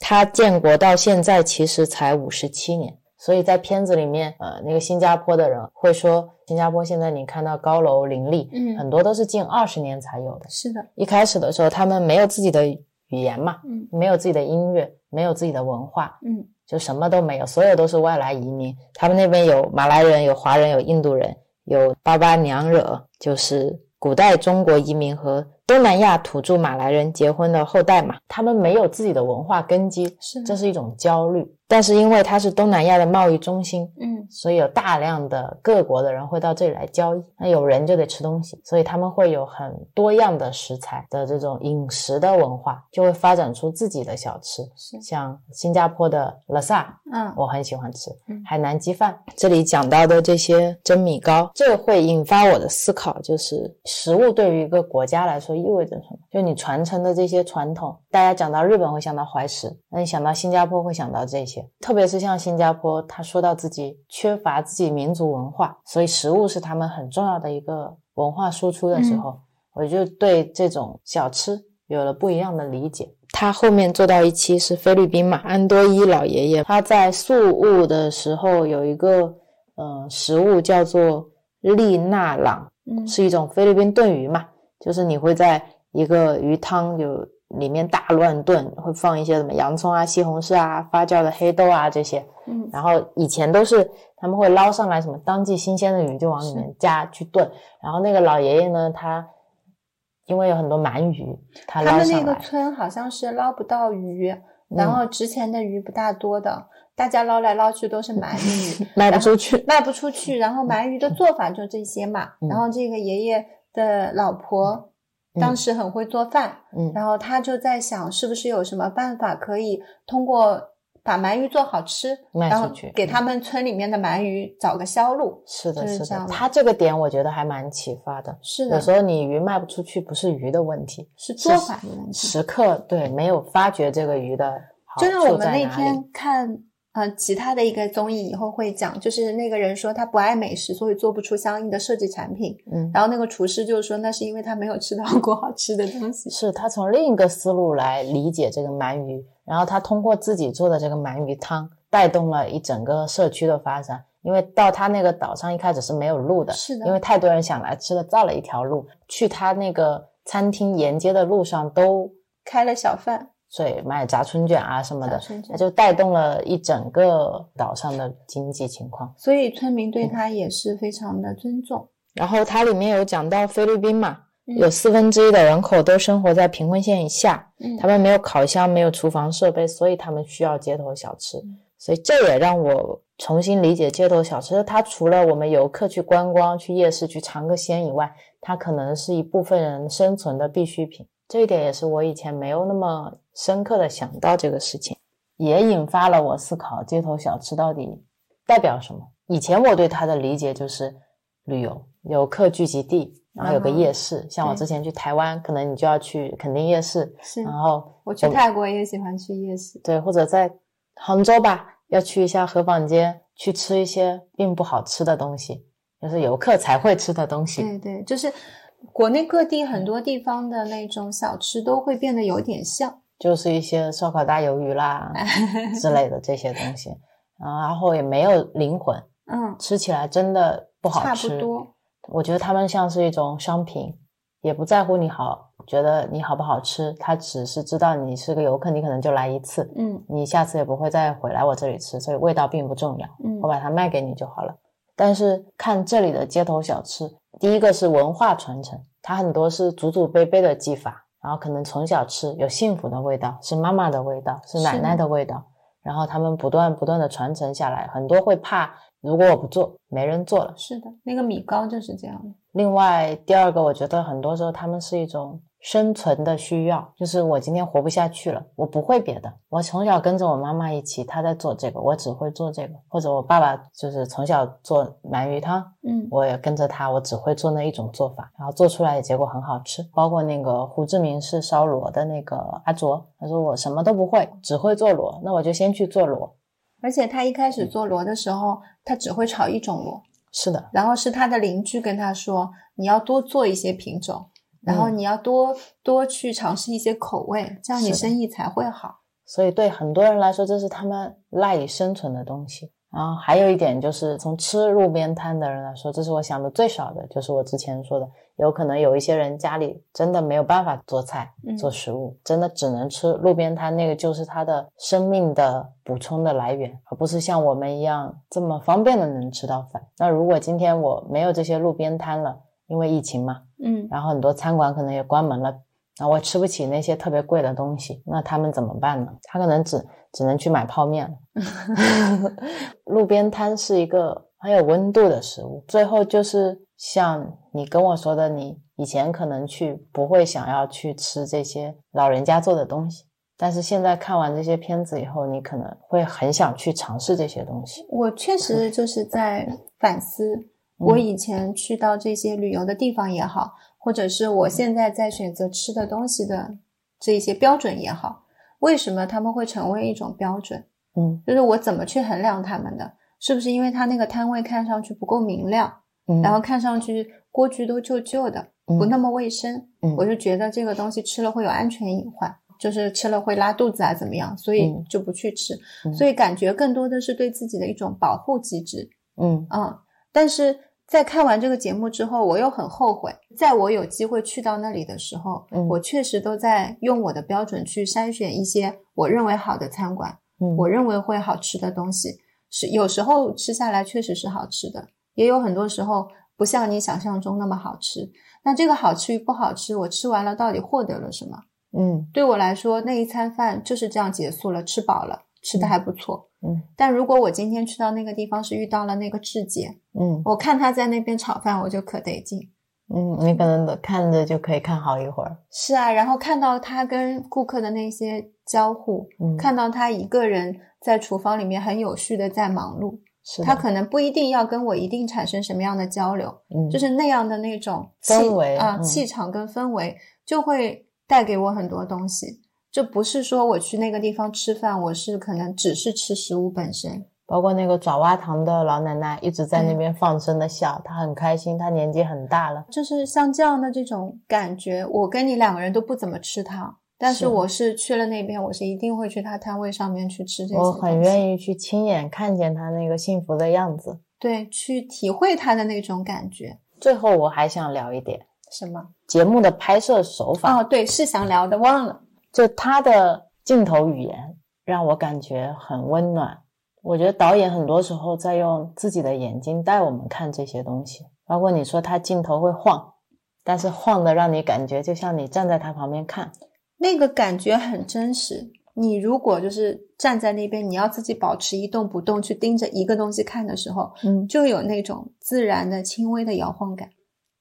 Speaker 3: 他建国到现在其实才五十七年，所以在片子里面，呃，那个新加坡的人会说，新加坡现在你看到高楼林立，
Speaker 2: 嗯
Speaker 3: 很多都是近二十年才有的。
Speaker 2: 是的，
Speaker 3: 一开始的时候，他们没有自己的语言嘛，
Speaker 2: 嗯
Speaker 3: 没有自己的音乐，没有自己的文化，
Speaker 2: 嗯
Speaker 3: 就什么都没有，所有都是外来移民。他们那边有马来人，有华人，有印度人，有巴巴娘惹，就是古代中国移民和东南亚土著马来人结婚的后代嘛。他们没有自己的文化根基，
Speaker 2: 是的
Speaker 3: 这是一种焦虑。但是因为它是东南亚的贸易中心，
Speaker 2: 嗯
Speaker 3: 所以有大量的各国的人会到这里来交易，那有人就得吃东西，所以他们会有很多样的食材的这种饮食的文化，就会发展出自己的小吃，
Speaker 2: 是
Speaker 3: 像新加坡的拉萨，
Speaker 2: 嗯
Speaker 3: 我很喜欢吃
Speaker 2: 嗯，
Speaker 3: 海南鸡饭。这里讲到的这些蒸米糕，这会引发我的思考，就是食物对于一个国家来说意味着什么？就你传承的这些传统，大家讲到日本会想到怀石，那你想到新加坡会想到这些，特别是像新加坡，他说到自己缺乏自己民族文化，所以食物是他们很重要的一个文化输出的时候，我就对这种小吃有了不一样的理解。他后面做到一期是菲律宾嘛，安多伊老爷爷，他在宿务的时候有一个呃食物叫做利纳朗，
Speaker 2: 嗯
Speaker 3: 是一种菲律宾炖鱼嘛，就是你会在一个鱼汤有里面大乱炖，会放一些什么洋葱啊、西红柿啊、发酵的黑豆啊这些，
Speaker 2: 嗯
Speaker 3: 然后以前都是他们会捞上来什么当季新鲜的鱼就往里面加去炖，然后那个老爷爷呢，他因为有很多鳗鱼，他
Speaker 2: 他
Speaker 3: 捞
Speaker 2: 们那
Speaker 3: 上
Speaker 2: 个
Speaker 3: 来，
Speaker 2: 村好像是捞不到鱼，
Speaker 3: 嗯，
Speaker 2: 然后值钱的鱼不大多的，大家捞来捞去都是鳗鱼
Speaker 3: 卖不出去，
Speaker 2: 卖不出去。然后鳗鱼的做法就这些嘛。
Speaker 3: 嗯
Speaker 2: 然后这个爷爷的老婆
Speaker 3: 嗯
Speaker 2: 当时很会做饭，
Speaker 3: 嗯
Speaker 2: 然后他就在想，是不是有什么办法可以通过把鳗鱼做好吃，
Speaker 3: 卖
Speaker 2: 然后
Speaker 3: 出去嗯
Speaker 2: 给他们村里面的鳗鱼找个销路。
Speaker 3: 是的，
Speaker 2: 就是
Speaker 3: 是
Speaker 2: 这样
Speaker 3: 的，
Speaker 2: 的
Speaker 3: 他这个点我觉得还蛮启发的。
Speaker 2: 是
Speaker 3: 有
Speaker 2: 的，
Speaker 3: 时候你鱼卖不出去，不是鱼的问题，
Speaker 2: 是做法的问题。
Speaker 3: 时刻对没有发掘这个鱼的好
Speaker 2: 就
Speaker 3: 处
Speaker 2: 是我们
Speaker 3: 在
Speaker 2: 那
Speaker 3: 哪里
Speaker 2: 天看呃其他的一个综艺以后会讲，就是那个人说他不爱美食，所以做不出相应的设计产品。
Speaker 3: 嗯，
Speaker 2: 然后那个厨师就说，那是因为他没有吃到过好吃的东西。
Speaker 3: 是他从另一个思路来理解这个鳗鱼，然后他通过自己做的这个鳗鱼汤，带动了一整个社区的发展。因为到他那个岛上一开始是没有路的，
Speaker 2: 是的
Speaker 3: 因为太多人想来吃了，造了一条路，去他那个餐厅沿街的路上都
Speaker 2: 开了小贩，
Speaker 3: 对卖炸春卷啊什么
Speaker 2: 小
Speaker 3: 的，
Speaker 2: 村
Speaker 3: 他
Speaker 2: 镇，
Speaker 3: 就带动了一整个岛上的经济情况。
Speaker 2: 所以村
Speaker 3: 嗯
Speaker 2: 民对他也是非常的尊重。
Speaker 3: 然后它里面有讲到菲律宾嘛，
Speaker 2: 嗯
Speaker 3: 有四分之一的人口都生活在贫困线以下，
Speaker 2: 嗯
Speaker 3: 他们没有烤箱，没有厨房设备，所以他们需要街头小吃。
Speaker 2: 嗯
Speaker 3: 所以这也让我重新理解街头小吃。它除了我们游客去观光、去夜市去尝个鲜以外，它可能是一部分人生存的必需品。这一点也是我以前没有那么深刻的想到这个事情，也引发了我思考街头小吃到底代表什么。以前我对它的理解就是旅游，游客聚集地，然后有个夜市。像我
Speaker 2: 啊对
Speaker 3: 之前去台湾，可能你就要去垦丁夜市，
Speaker 2: 是
Speaker 3: 然后
Speaker 2: 我去泰国也喜欢去夜市，
Speaker 3: 对，或者在杭州吧，要去一下河坊街，去吃一些并不好吃的东西，就是游客才会吃的东西。
Speaker 2: 对对，就是国内各地
Speaker 3: 嗯
Speaker 2: 很多地方的那种小吃都会变得有点像。
Speaker 3: 就是一些烧烤大鱿鱼 啦之类的这些东西，然后也没有灵魂，
Speaker 2: 嗯，
Speaker 3: 吃起来真的不好
Speaker 2: 差
Speaker 3: 吃。
Speaker 2: 不多。
Speaker 3: 我觉得他们像是一种商品，也不在乎你好，觉得你好不好吃，他只是知道你是个游客，你可能就来一次，
Speaker 2: 嗯
Speaker 3: 你下次也不会再回来我这里吃，所以味道并不重要。
Speaker 2: 嗯
Speaker 3: 我把它卖给你就好了。但是看这里的街头小吃，第一个是文化传承，它很多是祖祖辈辈的技法，然后可能从小吃有幸福的味道，是妈妈的味道，是奶奶的味道，然后他们不断不断的传承下来。很多会怕，如果我不做，没人做了。
Speaker 2: 是的，那个米糕就是这样的。
Speaker 3: 另外，第二个，我觉得很多时候他们是一种生存的需要，就是我今天活不下去了，我不会别的，我从小跟着我妈妈一起，她在做这个，我只会做这个，或者我爸爸就是从小做鳗鱼汤，
Speaker 2: 嗯
Speaker 3: 我也跟着他，我只会做那一种做法，然后做出来的结果很好吃。包括那个胡志明市烧螺的那个阿卓，他说我什么都不会，只会做螺，那我就先去做螺。
Speaker 2: 而且他一开始做螺的时候，他只会炒一种螺，
Speaker 3: 是的，
Speaker 2: 然后是他的邻居跟他说，你要多做一些品种，然后你要多、多去尝试一些口味，这样你
Speaker 3: 是的
Speaker 2: 生意才会好。
Speaker 3: 所以对很多人来说，这是他们赖以生存的东西。然后还有一点就是，从吃路边摊的人来说，这是我想的最少的，就是我之前说的，有可能有一些人家里真的没有办法做菜、
Speaker 2: 嗯
Speaker 3: 做食物，真的只能吃路边摊，那个就是他的生命的补充的来源，而不是像我们一样这么方便的能吃到饭。那如果今天我没有这些路边摊了，因为疫情嘛，
Speaker 2: 嗯
Speaker 3: 然后很多餐馆可能也关门了，那我吃不起那些特别贵的东西，那他们怎么办呢？他可能只只能去买泡面 了。路边摊是一个很有温度的食物。最后就是像你跟我说的，你以前可能去不会想要去吃这些老人家做的东西，但是现在看完这些片子以后，你可能会很想去尝试这些东西。
Speaker 2: 我确实就是嗯在反思，我以前去到这些旅游的地方也好，或者是我现在在选择吃的东西的这一些标准也好，为什么他们会成为一种标准？
Speaker 3: 嗯
Speaker 2: 就是我怎么去衡量他们的？是不是因为他那个摊位看上去不够明亮，
Speaker 3: 嗯，
Speaker 2: 然后看上去锅具都旧旧的，不那
Speaker 3: 么
Speaker 2: 么卫生？
Speaker 3: 嗯
Speaker 2: 我就觉得这个东西吃了会有安全隐患，就是吃了会拉肚子啊，怎么样？所以
Speaker 3: 嗯
Speaker 2: 就不去吃。
Speaker 3: 嗯
Speaker 2: 所以感觉更多的是对自己的一种保护机制。
Speaker 3: 嗯
Speaker 2: 嗯，但是在看完这个节目之后，我又很后悔，在我有机会去到那里的时候，
Speaker 3: 嗯
Speaker 2: 我确实都在用我的标准去筛选一些我认为好的餐馆，
Speaker 3: 嗯
Speaker 2: 我认为会好吃的东西。是有时候吃下来确实是好吃的，也有很多时候不像你想象中那么好吃。那这个好吃与不好吃，我吃完了到底获得了什么？
Speaker 3: 嗯
Speaker 2: 对我来说，那一餐饭就是这样结束了，吃饱了，吃的还不错。
Speaker 3: 嗯
Speaker 2: 但如果我今天去到那个地方是遇到了那个志姐，
Speaker 3: 嗯
Speaker 2: 我看他在那边炒饭，我就可得劲。
Speaker 3: 嗯，你可能看着就可以看好一会儿。
Speaker 2: 是啊，然后看到他跟顾客的那些交互，
Speaker 3: 嗯，
Speaker 2: 看到他一个人在厨房里面很有序的在忙碌，
Speaker 3: 是的
Speaker 2: 他可能不一定要跟我一定产生什么样的交流，
Speaker 3: 嗯
Speaker 2: 就是那样的那种气
Speaker 3: 氛围
Speaker 2: 啊、
Speaker 3: 嗯
Speaker 2: 气场跟氛围就会带给我很多东西。这不是说我去那个地方吃饭，我是可能只是吃食物本身。
Speaker 3: 包括那个爪哇糖的老奶奶一直在
Speaker 2: 嗯
Speaker 3: 那边放声的笑，她很开心，她年纪很大了。
Speaker 2: 就是像这样的这种感觉，我跟你两个人都不怎么吃它，但是
Speaker 3: 是
Speaker 2: 我是去了那边，我是一定会去他摊位上面去吃这些。
Speaker 3: 我很愿
Speaker 2: 意
Speaker 3: 意去亲眼看见她那个幸福的样子。
Speaker 2: 对去体会他的那种感觉。
Speaker 3: 最后，我还想聊一点
Speaker 2: 什么？
Speaker 3: 节目的拍摄手法，
Speaker 2: 哦，对，是想聊的，忘了。
Speaker 3: 就她的镜头语言让我感觉很温暖。我觉得导演很多时候在用自己的眼睛带我们看这些东西，包括你说他镜头会晃，但是晃的让你感觉就像你站在他旁边看。
Speaker 2: 那个感觉很真实。你如果就是站在那边，你要自己保持一动不动，去盯着一个东西看的时候，
Speaker 3: 嗯，
Speaker 2: 就有那种自然的轻微的摇晃感。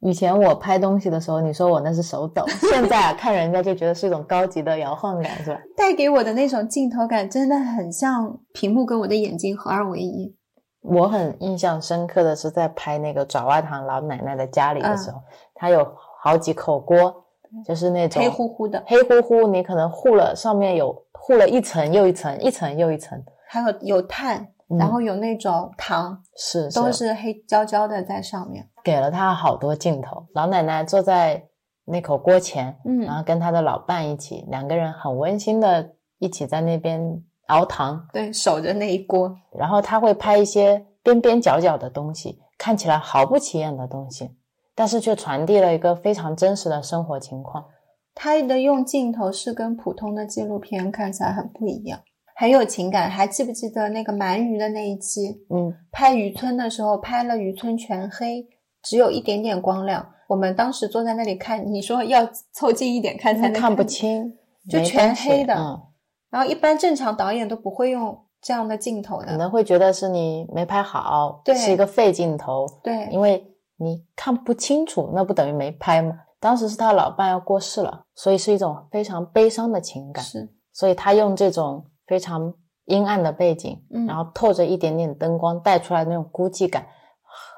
Speaker 3: 以前我拍东西的时候，你说我那是手抖，现在啊看人家就觉得是一种高级的摇晃感，是吧？
Speaker 2: 带给我的那种镜头感，真的很像屏幕跟我的眼睛合二为一。
Speaker 3: 我很印象深刻的是在拍那个爪哇糖老奶奶的家里的时候，她有好几口锅，就是那种
Speaker 2: 嗯黑乎乎的，
Speaker 3: 黑乎乎，你可能糊了上面有糊了一层又一层，一层又一层，
Speaker 2: 还有有碳，
Speaker 3: 嗯
Speaker 2: 然后有那种糖，
Speaker 3: 是啊
Speaker 2: 都是黑焦焦的在上面。
Speaker 3: 给了她好多镜头。老奶奶坐在那口锅前，
Speaker 2: 嗯
Speaker 3: 然后跟她的老伴一起，两个人很温馨的一起在那边熬糖。
Speaker 2: 对，守着那一锅，
Speaker 3: 然后他会拍一些边边角角的东西，看起来毫不起眼的东西，但是却传递了一个非常真实的生活情况。
Speaker 2: 它的用镜头是跟普通的纪录片看起来很不一样，很有情感。还记不记得那个鳗鱼的那一期，
Speaker 3: 嗯
Speaker 2: 拍渔村的时候，拍了渔村全黑，只有一点点光亮。我们当时坐在那里看，你说要凑近一点看才能
Speaker 3: 看不
Speaker 2: 见
Speaker 3: 清，
Speaker 2: 就
Speaker 3: 没
Speaker 2: 全
Speaker 3: 东西
Speaker 2: 黑的
Speaker 3: 嗯，
Speaker 2: 然后一般正常导演都不会用这样的镜头
Speaker 3: 可
Speaker 2: 的，
Speaker 3: 能会觉得是你没拍好，
Speaker 2: 对
Speaker 3: 是一个废镜头，
Speaker 2: 对，
Speaker 3: 因为你看不清楚，那不等于没拍吗？当时是他老伴要过世了，所以是一种非常悲伤的情感，
Speaker 2: 是
Speaker 3: 所以他用这种非常阴暗的背景，
Speaker 2: 嗯
Speaker 3: 然后透着一点点灯光带出来那种孤寂感，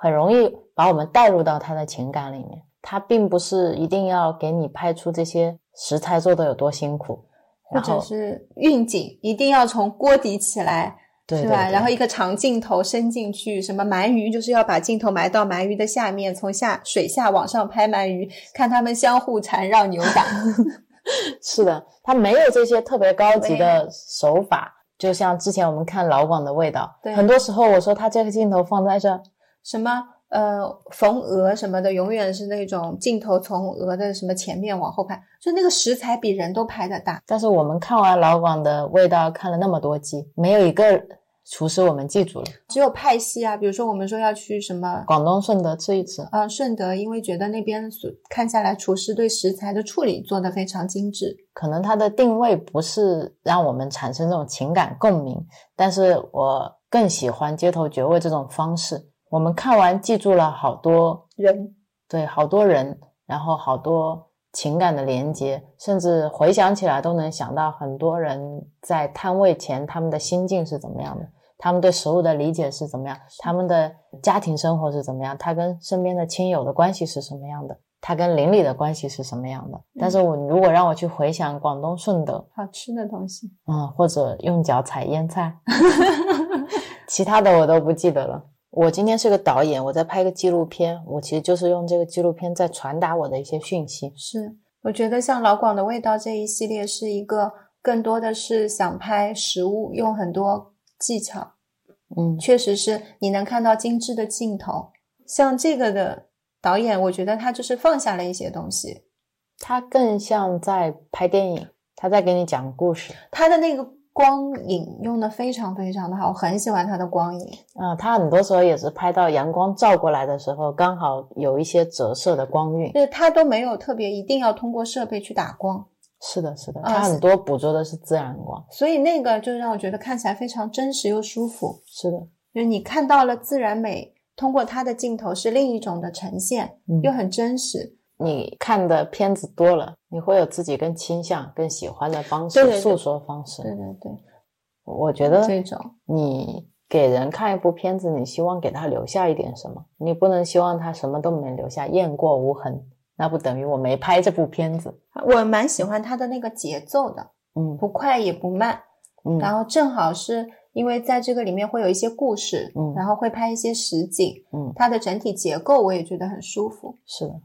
Speaker 3: 很容易把我们带入到他的情感里面。他并不是一定要给你拍出这些食材做的有多辛苦，
Speaker 2: 或
Speaker 3: 然后
Speaker 2: 者是运景，一定要从锅底起来，
Speaker 3: 对
Speaker 2: 是
Speaker 3: 对
Speaker 2: 吧？
Speaker 3: 对
Speaker 2: 然后一个长镜头伸进去，什么鳗鱼，就是要把镜头埋到鳗鱼的下面，从下水下往上拍鳗鱼，看它们相互缠绕扭打。
Speaker 3: 是的，他没有这些特别高级的手法，就像之前我们看老广的味道，
Speaker 2: 对
Speaker 3: 很多时候我说他这个镜头放在这儿，
Speaker 2: 什么呃缝鹅什么的，永远是那种镜头从鹅的什么前面往后拍，就那个食材比人都拍的大。
Speaker 3: 但是我们看完老广的味道，看了那么多季，没有一个厨师我们记住了。
Speaker 2: 只有派系啊，比如说我们说要去什么。
Speaker 3: 广东顺德吃一吃，
Speaker 2: 呃，顺德因为觉得那边所看下来，厨师对食材的处理做得非常精致。
Speaker 3: 可能它的定位不是让我们产生这种情感共鸣，但是我更喜欢街头绝味这种方式。我们看完记住了好多，
Speaker 2: 人
Speaker 3: 对，好多人，然后好多情感的连接，甚至回想起来都能想到很多人在摊位前他们的心境是怎么样的，他们对食物的理解是怎么样，他们的家庭生活是怎么样，他跟身边的亲友的关系是什么样的，他跟邻里的关系是什么样的。但是我如果让我去回想广东顺德，
Speaker 2: 好吃的东西，
Speaker 3: 嗯，或者用脚踩腌菜， 其他的我都不记得了。我今天是个导演，我在拍个纪录片，我其实就是用这个纪录片在传达我的一些讯息。
Speaker 2: 是，我觉得像老广的味道这一系列是一个更多的是想拍食物，用很多技巧，
Speaker 3: 嗯，
Speaker 2: 确实是你能看到精致的镜头。像这个的导演，我觉得他就是放下了一些东西，
Speaker 3: 它更像在拍电影，他在给你讲故事
Speaker 2: 他的那个光影用的非常非常的好，我很喜欢他的光影。
Speaker 3: 啊。他、很多时候也是拍到阳光照过来的时候，刚好有一些折射的光晕。
Speaker 2: 就是他都没有特别一定要通过设备去打光，
Speaker 3: 是的，是的，
Speaker 2: 啊
Speaker 3: 它
Speaker 2: 是
Speaker 3: 很多捕捉的是自然光。
Speaker 2: 所以那个就让我觉得看起来非常真实又舒服。
Speaker 3: 是的，
Speaker 2: 就是你看到了自然美，通过他的镜头是另一种的呈现，
Speaker 3: 嗯
Speaker 2: 又很真实。
Speaker 3: 你看的片子多了，你会有自己更倾向、更喜欢的方式、
Speaker 2: 对对对
Speaker 3: 诉说方式。
Speaker 2: 对对对，
Speaker 3: 我觉得
Speaker 2: 这种
Speaker 3: 你给人看一部片子，你希望给他留下一点什么，你不能希望他什么都没留下，雁过无痕，那不等于我没拍这部片子。
Speaker 2: 我蛮喜欢他的那个节奏的，
Speaker 3: 嗯
Speaker 2: 不快也不慢，
Speaker 3: 嗯
Speaker 2: 然后正好是因为在这个里面会有一些故事，
Speaker 3: 嗯
Speaker 2: 然后会拍一些实景，
Speaker 3: 嗯，
Speaker 2: 它的整体结构我也觉得很舒服，
Speaker 3: 是的，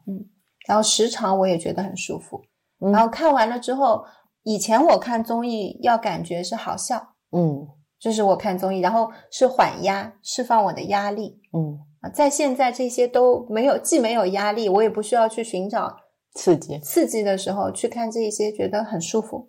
Speaker 2: 然后时长我也觉得很舒服，
Speaker 3: 嗯
Speaker 2: 然后看完了之后，以前我看综艺要感觉是好笑，
Speaker 3: 嗯
Speaker 2: 就是我看综艺，然后是缓压，释放我的压力
Speaker 3: 嗯，
Speaker 2: 啊，在现在这些都没有，既没有压力，我也不需要去寻找
Speaker 3: 刺激。
Speaker 2: 刺激的时候去看这一些，觉得很舒服。
Speaker 3: 嗯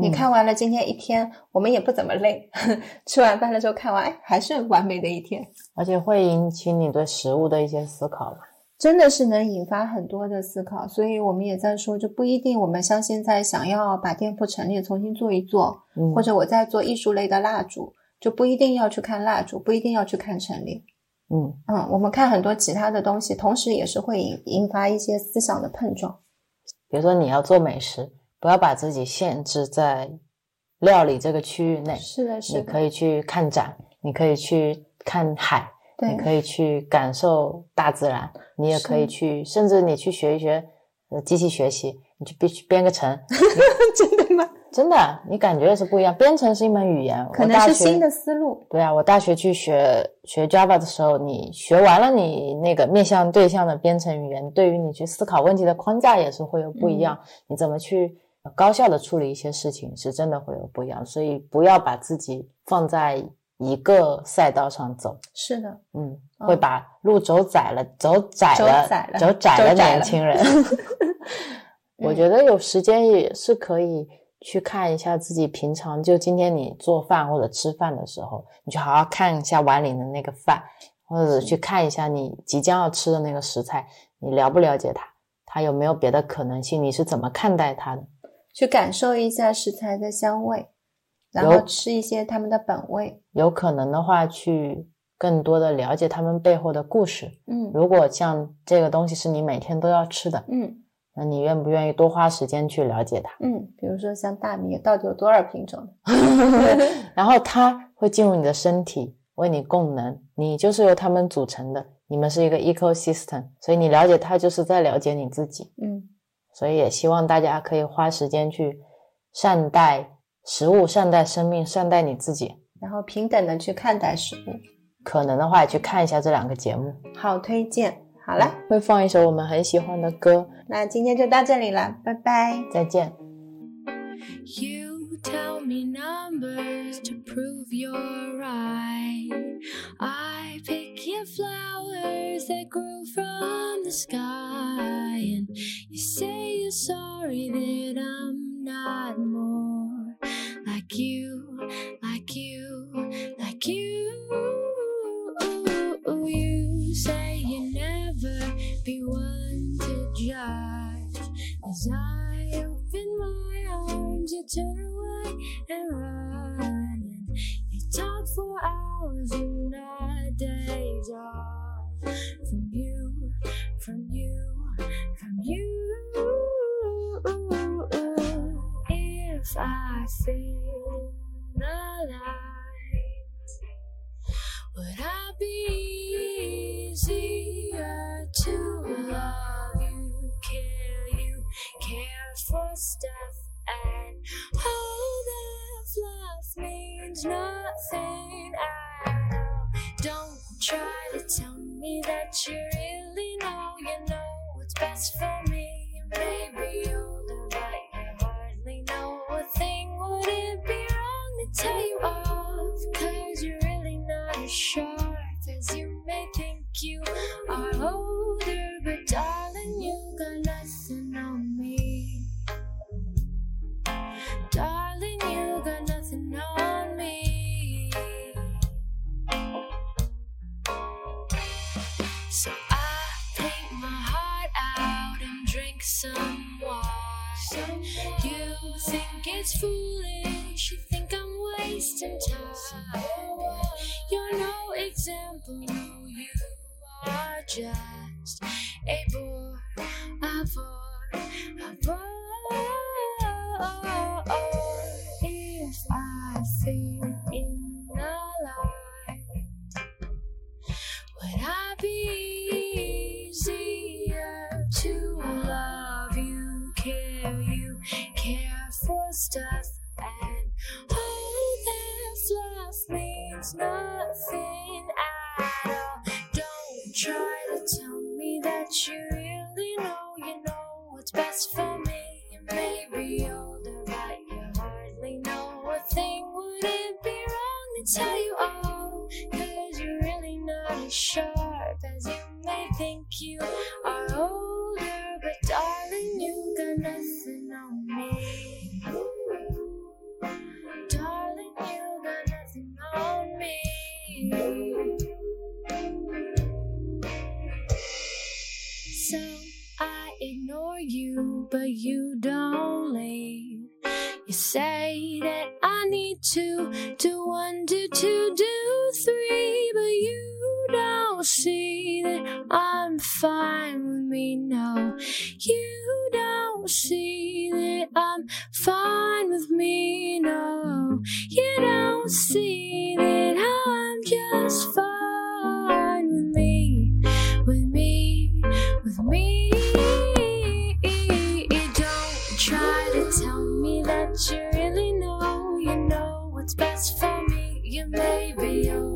Speaker 2: 你看完了今天一天，我们也不怎么累， 吃完饭了之后看完，哎，还是完美的一天，
Speaker 3: 而且会引起你对食物的一些思考吧。
Speaker 2: 真的是能引发很多的思考。所以我们也在说，就不一定我们像现在想要把店铺陈列重新做一做，
Speaker 3: 嗯，
Speaker 2: 或者我在做艺术类的蜡烛，就不一定要去看蜡烛，不一定要去看陈列。
Speaker 3: 嗯，
Speaker 2: 嗯，我们看很多其他的东西，同时也是会引引发一些思想的碰撞。
Speaker 3: 比如说你要做美食，不要把自己限制在料理这个区域内，
Speaker 2: 是的，是
Speaker 3: 你
Speaker 2: 的，
Speaker 3: 可以去看展，你可以去看海，
Speaker 2: 对
Speaker 3: 你，可以去感受大自然，你也可以
Speaker 2: 是
Speaker 3: 去，甚至你去学一学呃机器学习，你去编编个程，
Speaker 2: 真的吗？
Speaker 3: 真的，你感觉也是不一样。编程是一门语言，
Speaker 2: 可
Speaker 3: 我
Speaker 2: 能
Speaker 3: 大
Speaker 2: 是
Speaker 3: 学
Speaker 2: 新的。思路。
Speaker 3: 对啊，我大学去学学 Java 的时候，你学完了你那个面向对象的编程语言，对于你去思考问题的框架也是会有不一
Speaker 2: 嗯
Speaker 3: 样。你怎么去高效的处理一些事情，是真的会有不一样。所以不要把自己放在一个赛道上走。
Speaker 2: 是的，
Speaker 3: 嗯，
Speaker 2: 嗯
Speaker 3: 会把路走窄了，走窄
Speaker 2: 走
Speaker 3: 了，
Speaker 2: 窄了
Speaker 3: 走窄
Speaker 2: 走
Speaker 3: 了，年
Speaker 2: 窄了嗯
Speaker 3: 轻人。 我觉得有时间也是可以去看一下自己平常，就今天你做饭或者吃饭的时候，你去好好看一下碗里的那个饭，或者
Speaker 2: 嗯
Speaker 3: 去看一下你即将要吃的那个食材，你了不了解它，它有没有别的可能性，你是怎么看待它的？
Speaker 2: 去感受一下食材的香味，然
Speaker 3: 有
Speaker 2: 后吃一些它们的本味。
Speaker 3: 有可能的话，去更多的了解他们背后的故事。
Speaker 2: 嗯
Speaker 3: 如果像这个东西是你每天都要吃的，
Speaker 2: 嗯
Speaker 3: 那你愿不愿意多花时间去了解它？
Speaker 2: 嗯，比如说像大米到底有多少品 种？
Speaker 3: 然后它会进入你的身体，为你供能，你就是由它们组成的，你们是一个 ecosystem，所以你了解它就是在了解你自己。
Speaker 2: 嗯，
Speaker 3: 所以也希望大家可以花时间去善待食物、善待生命、善待你自己。
Speaker 2: 然后平等的去看待食物，
Speaker 3: 可能的话，也去看一下这两个节目。
Speaker 2: 好推荐。好了，
Speaker 3: 会放一首我们很喜欢的歌。
Speaker 2: 那今天就到这里了，拜拜。
Speaker 3: 再见。
Speaker 4: You tell me numbers to prove you're right. I pick your flowers that grew from the sky, and you say you're sorry that I'm not more like you, like you, like you. You say you never be one to judge. As I open my arms, you turn away and run. And you talk for hours and our days are from you, from you, from you. If I feel the light, would I be easier to love you? Care you? Care for stuff and all that fluff means nothing at all. Don't try to tell me that you really know. You know what's best for me. Maybe you'll do right. You hardly know a thing. Would it be wrong to tell you off? Cause you're really not as sharp as you may think you are older. But darling, you got nothing on me. Darling, you got nothing on me. So I paint my heart out and drink some wine. You think it's foolish, you think I'm wasting time. You're no example, you are just a bore, a bore, a bore. If I feel in the light. Would I be easier to love you, care you, care for stuff, and all that fluff means nothing at all? Don't try to tell me that you really know, you know what's best for me. You may be older, but you hardly know a thing. Would it be wrong to tell you all? Cause you're really not as sharp as you may think you are older, but darling, you got nothing on me. Darling, you got nothing on me. So I ignore you, but you don't leave. You say that I need to do one, do two, do three, but you don't see that I'm fine with me. No, you don't see that I'm fine with me. No, you don't see that I'm just fine with me, with me, with me. Don't try to tell me that you really know, you know what's best for me. You may be old.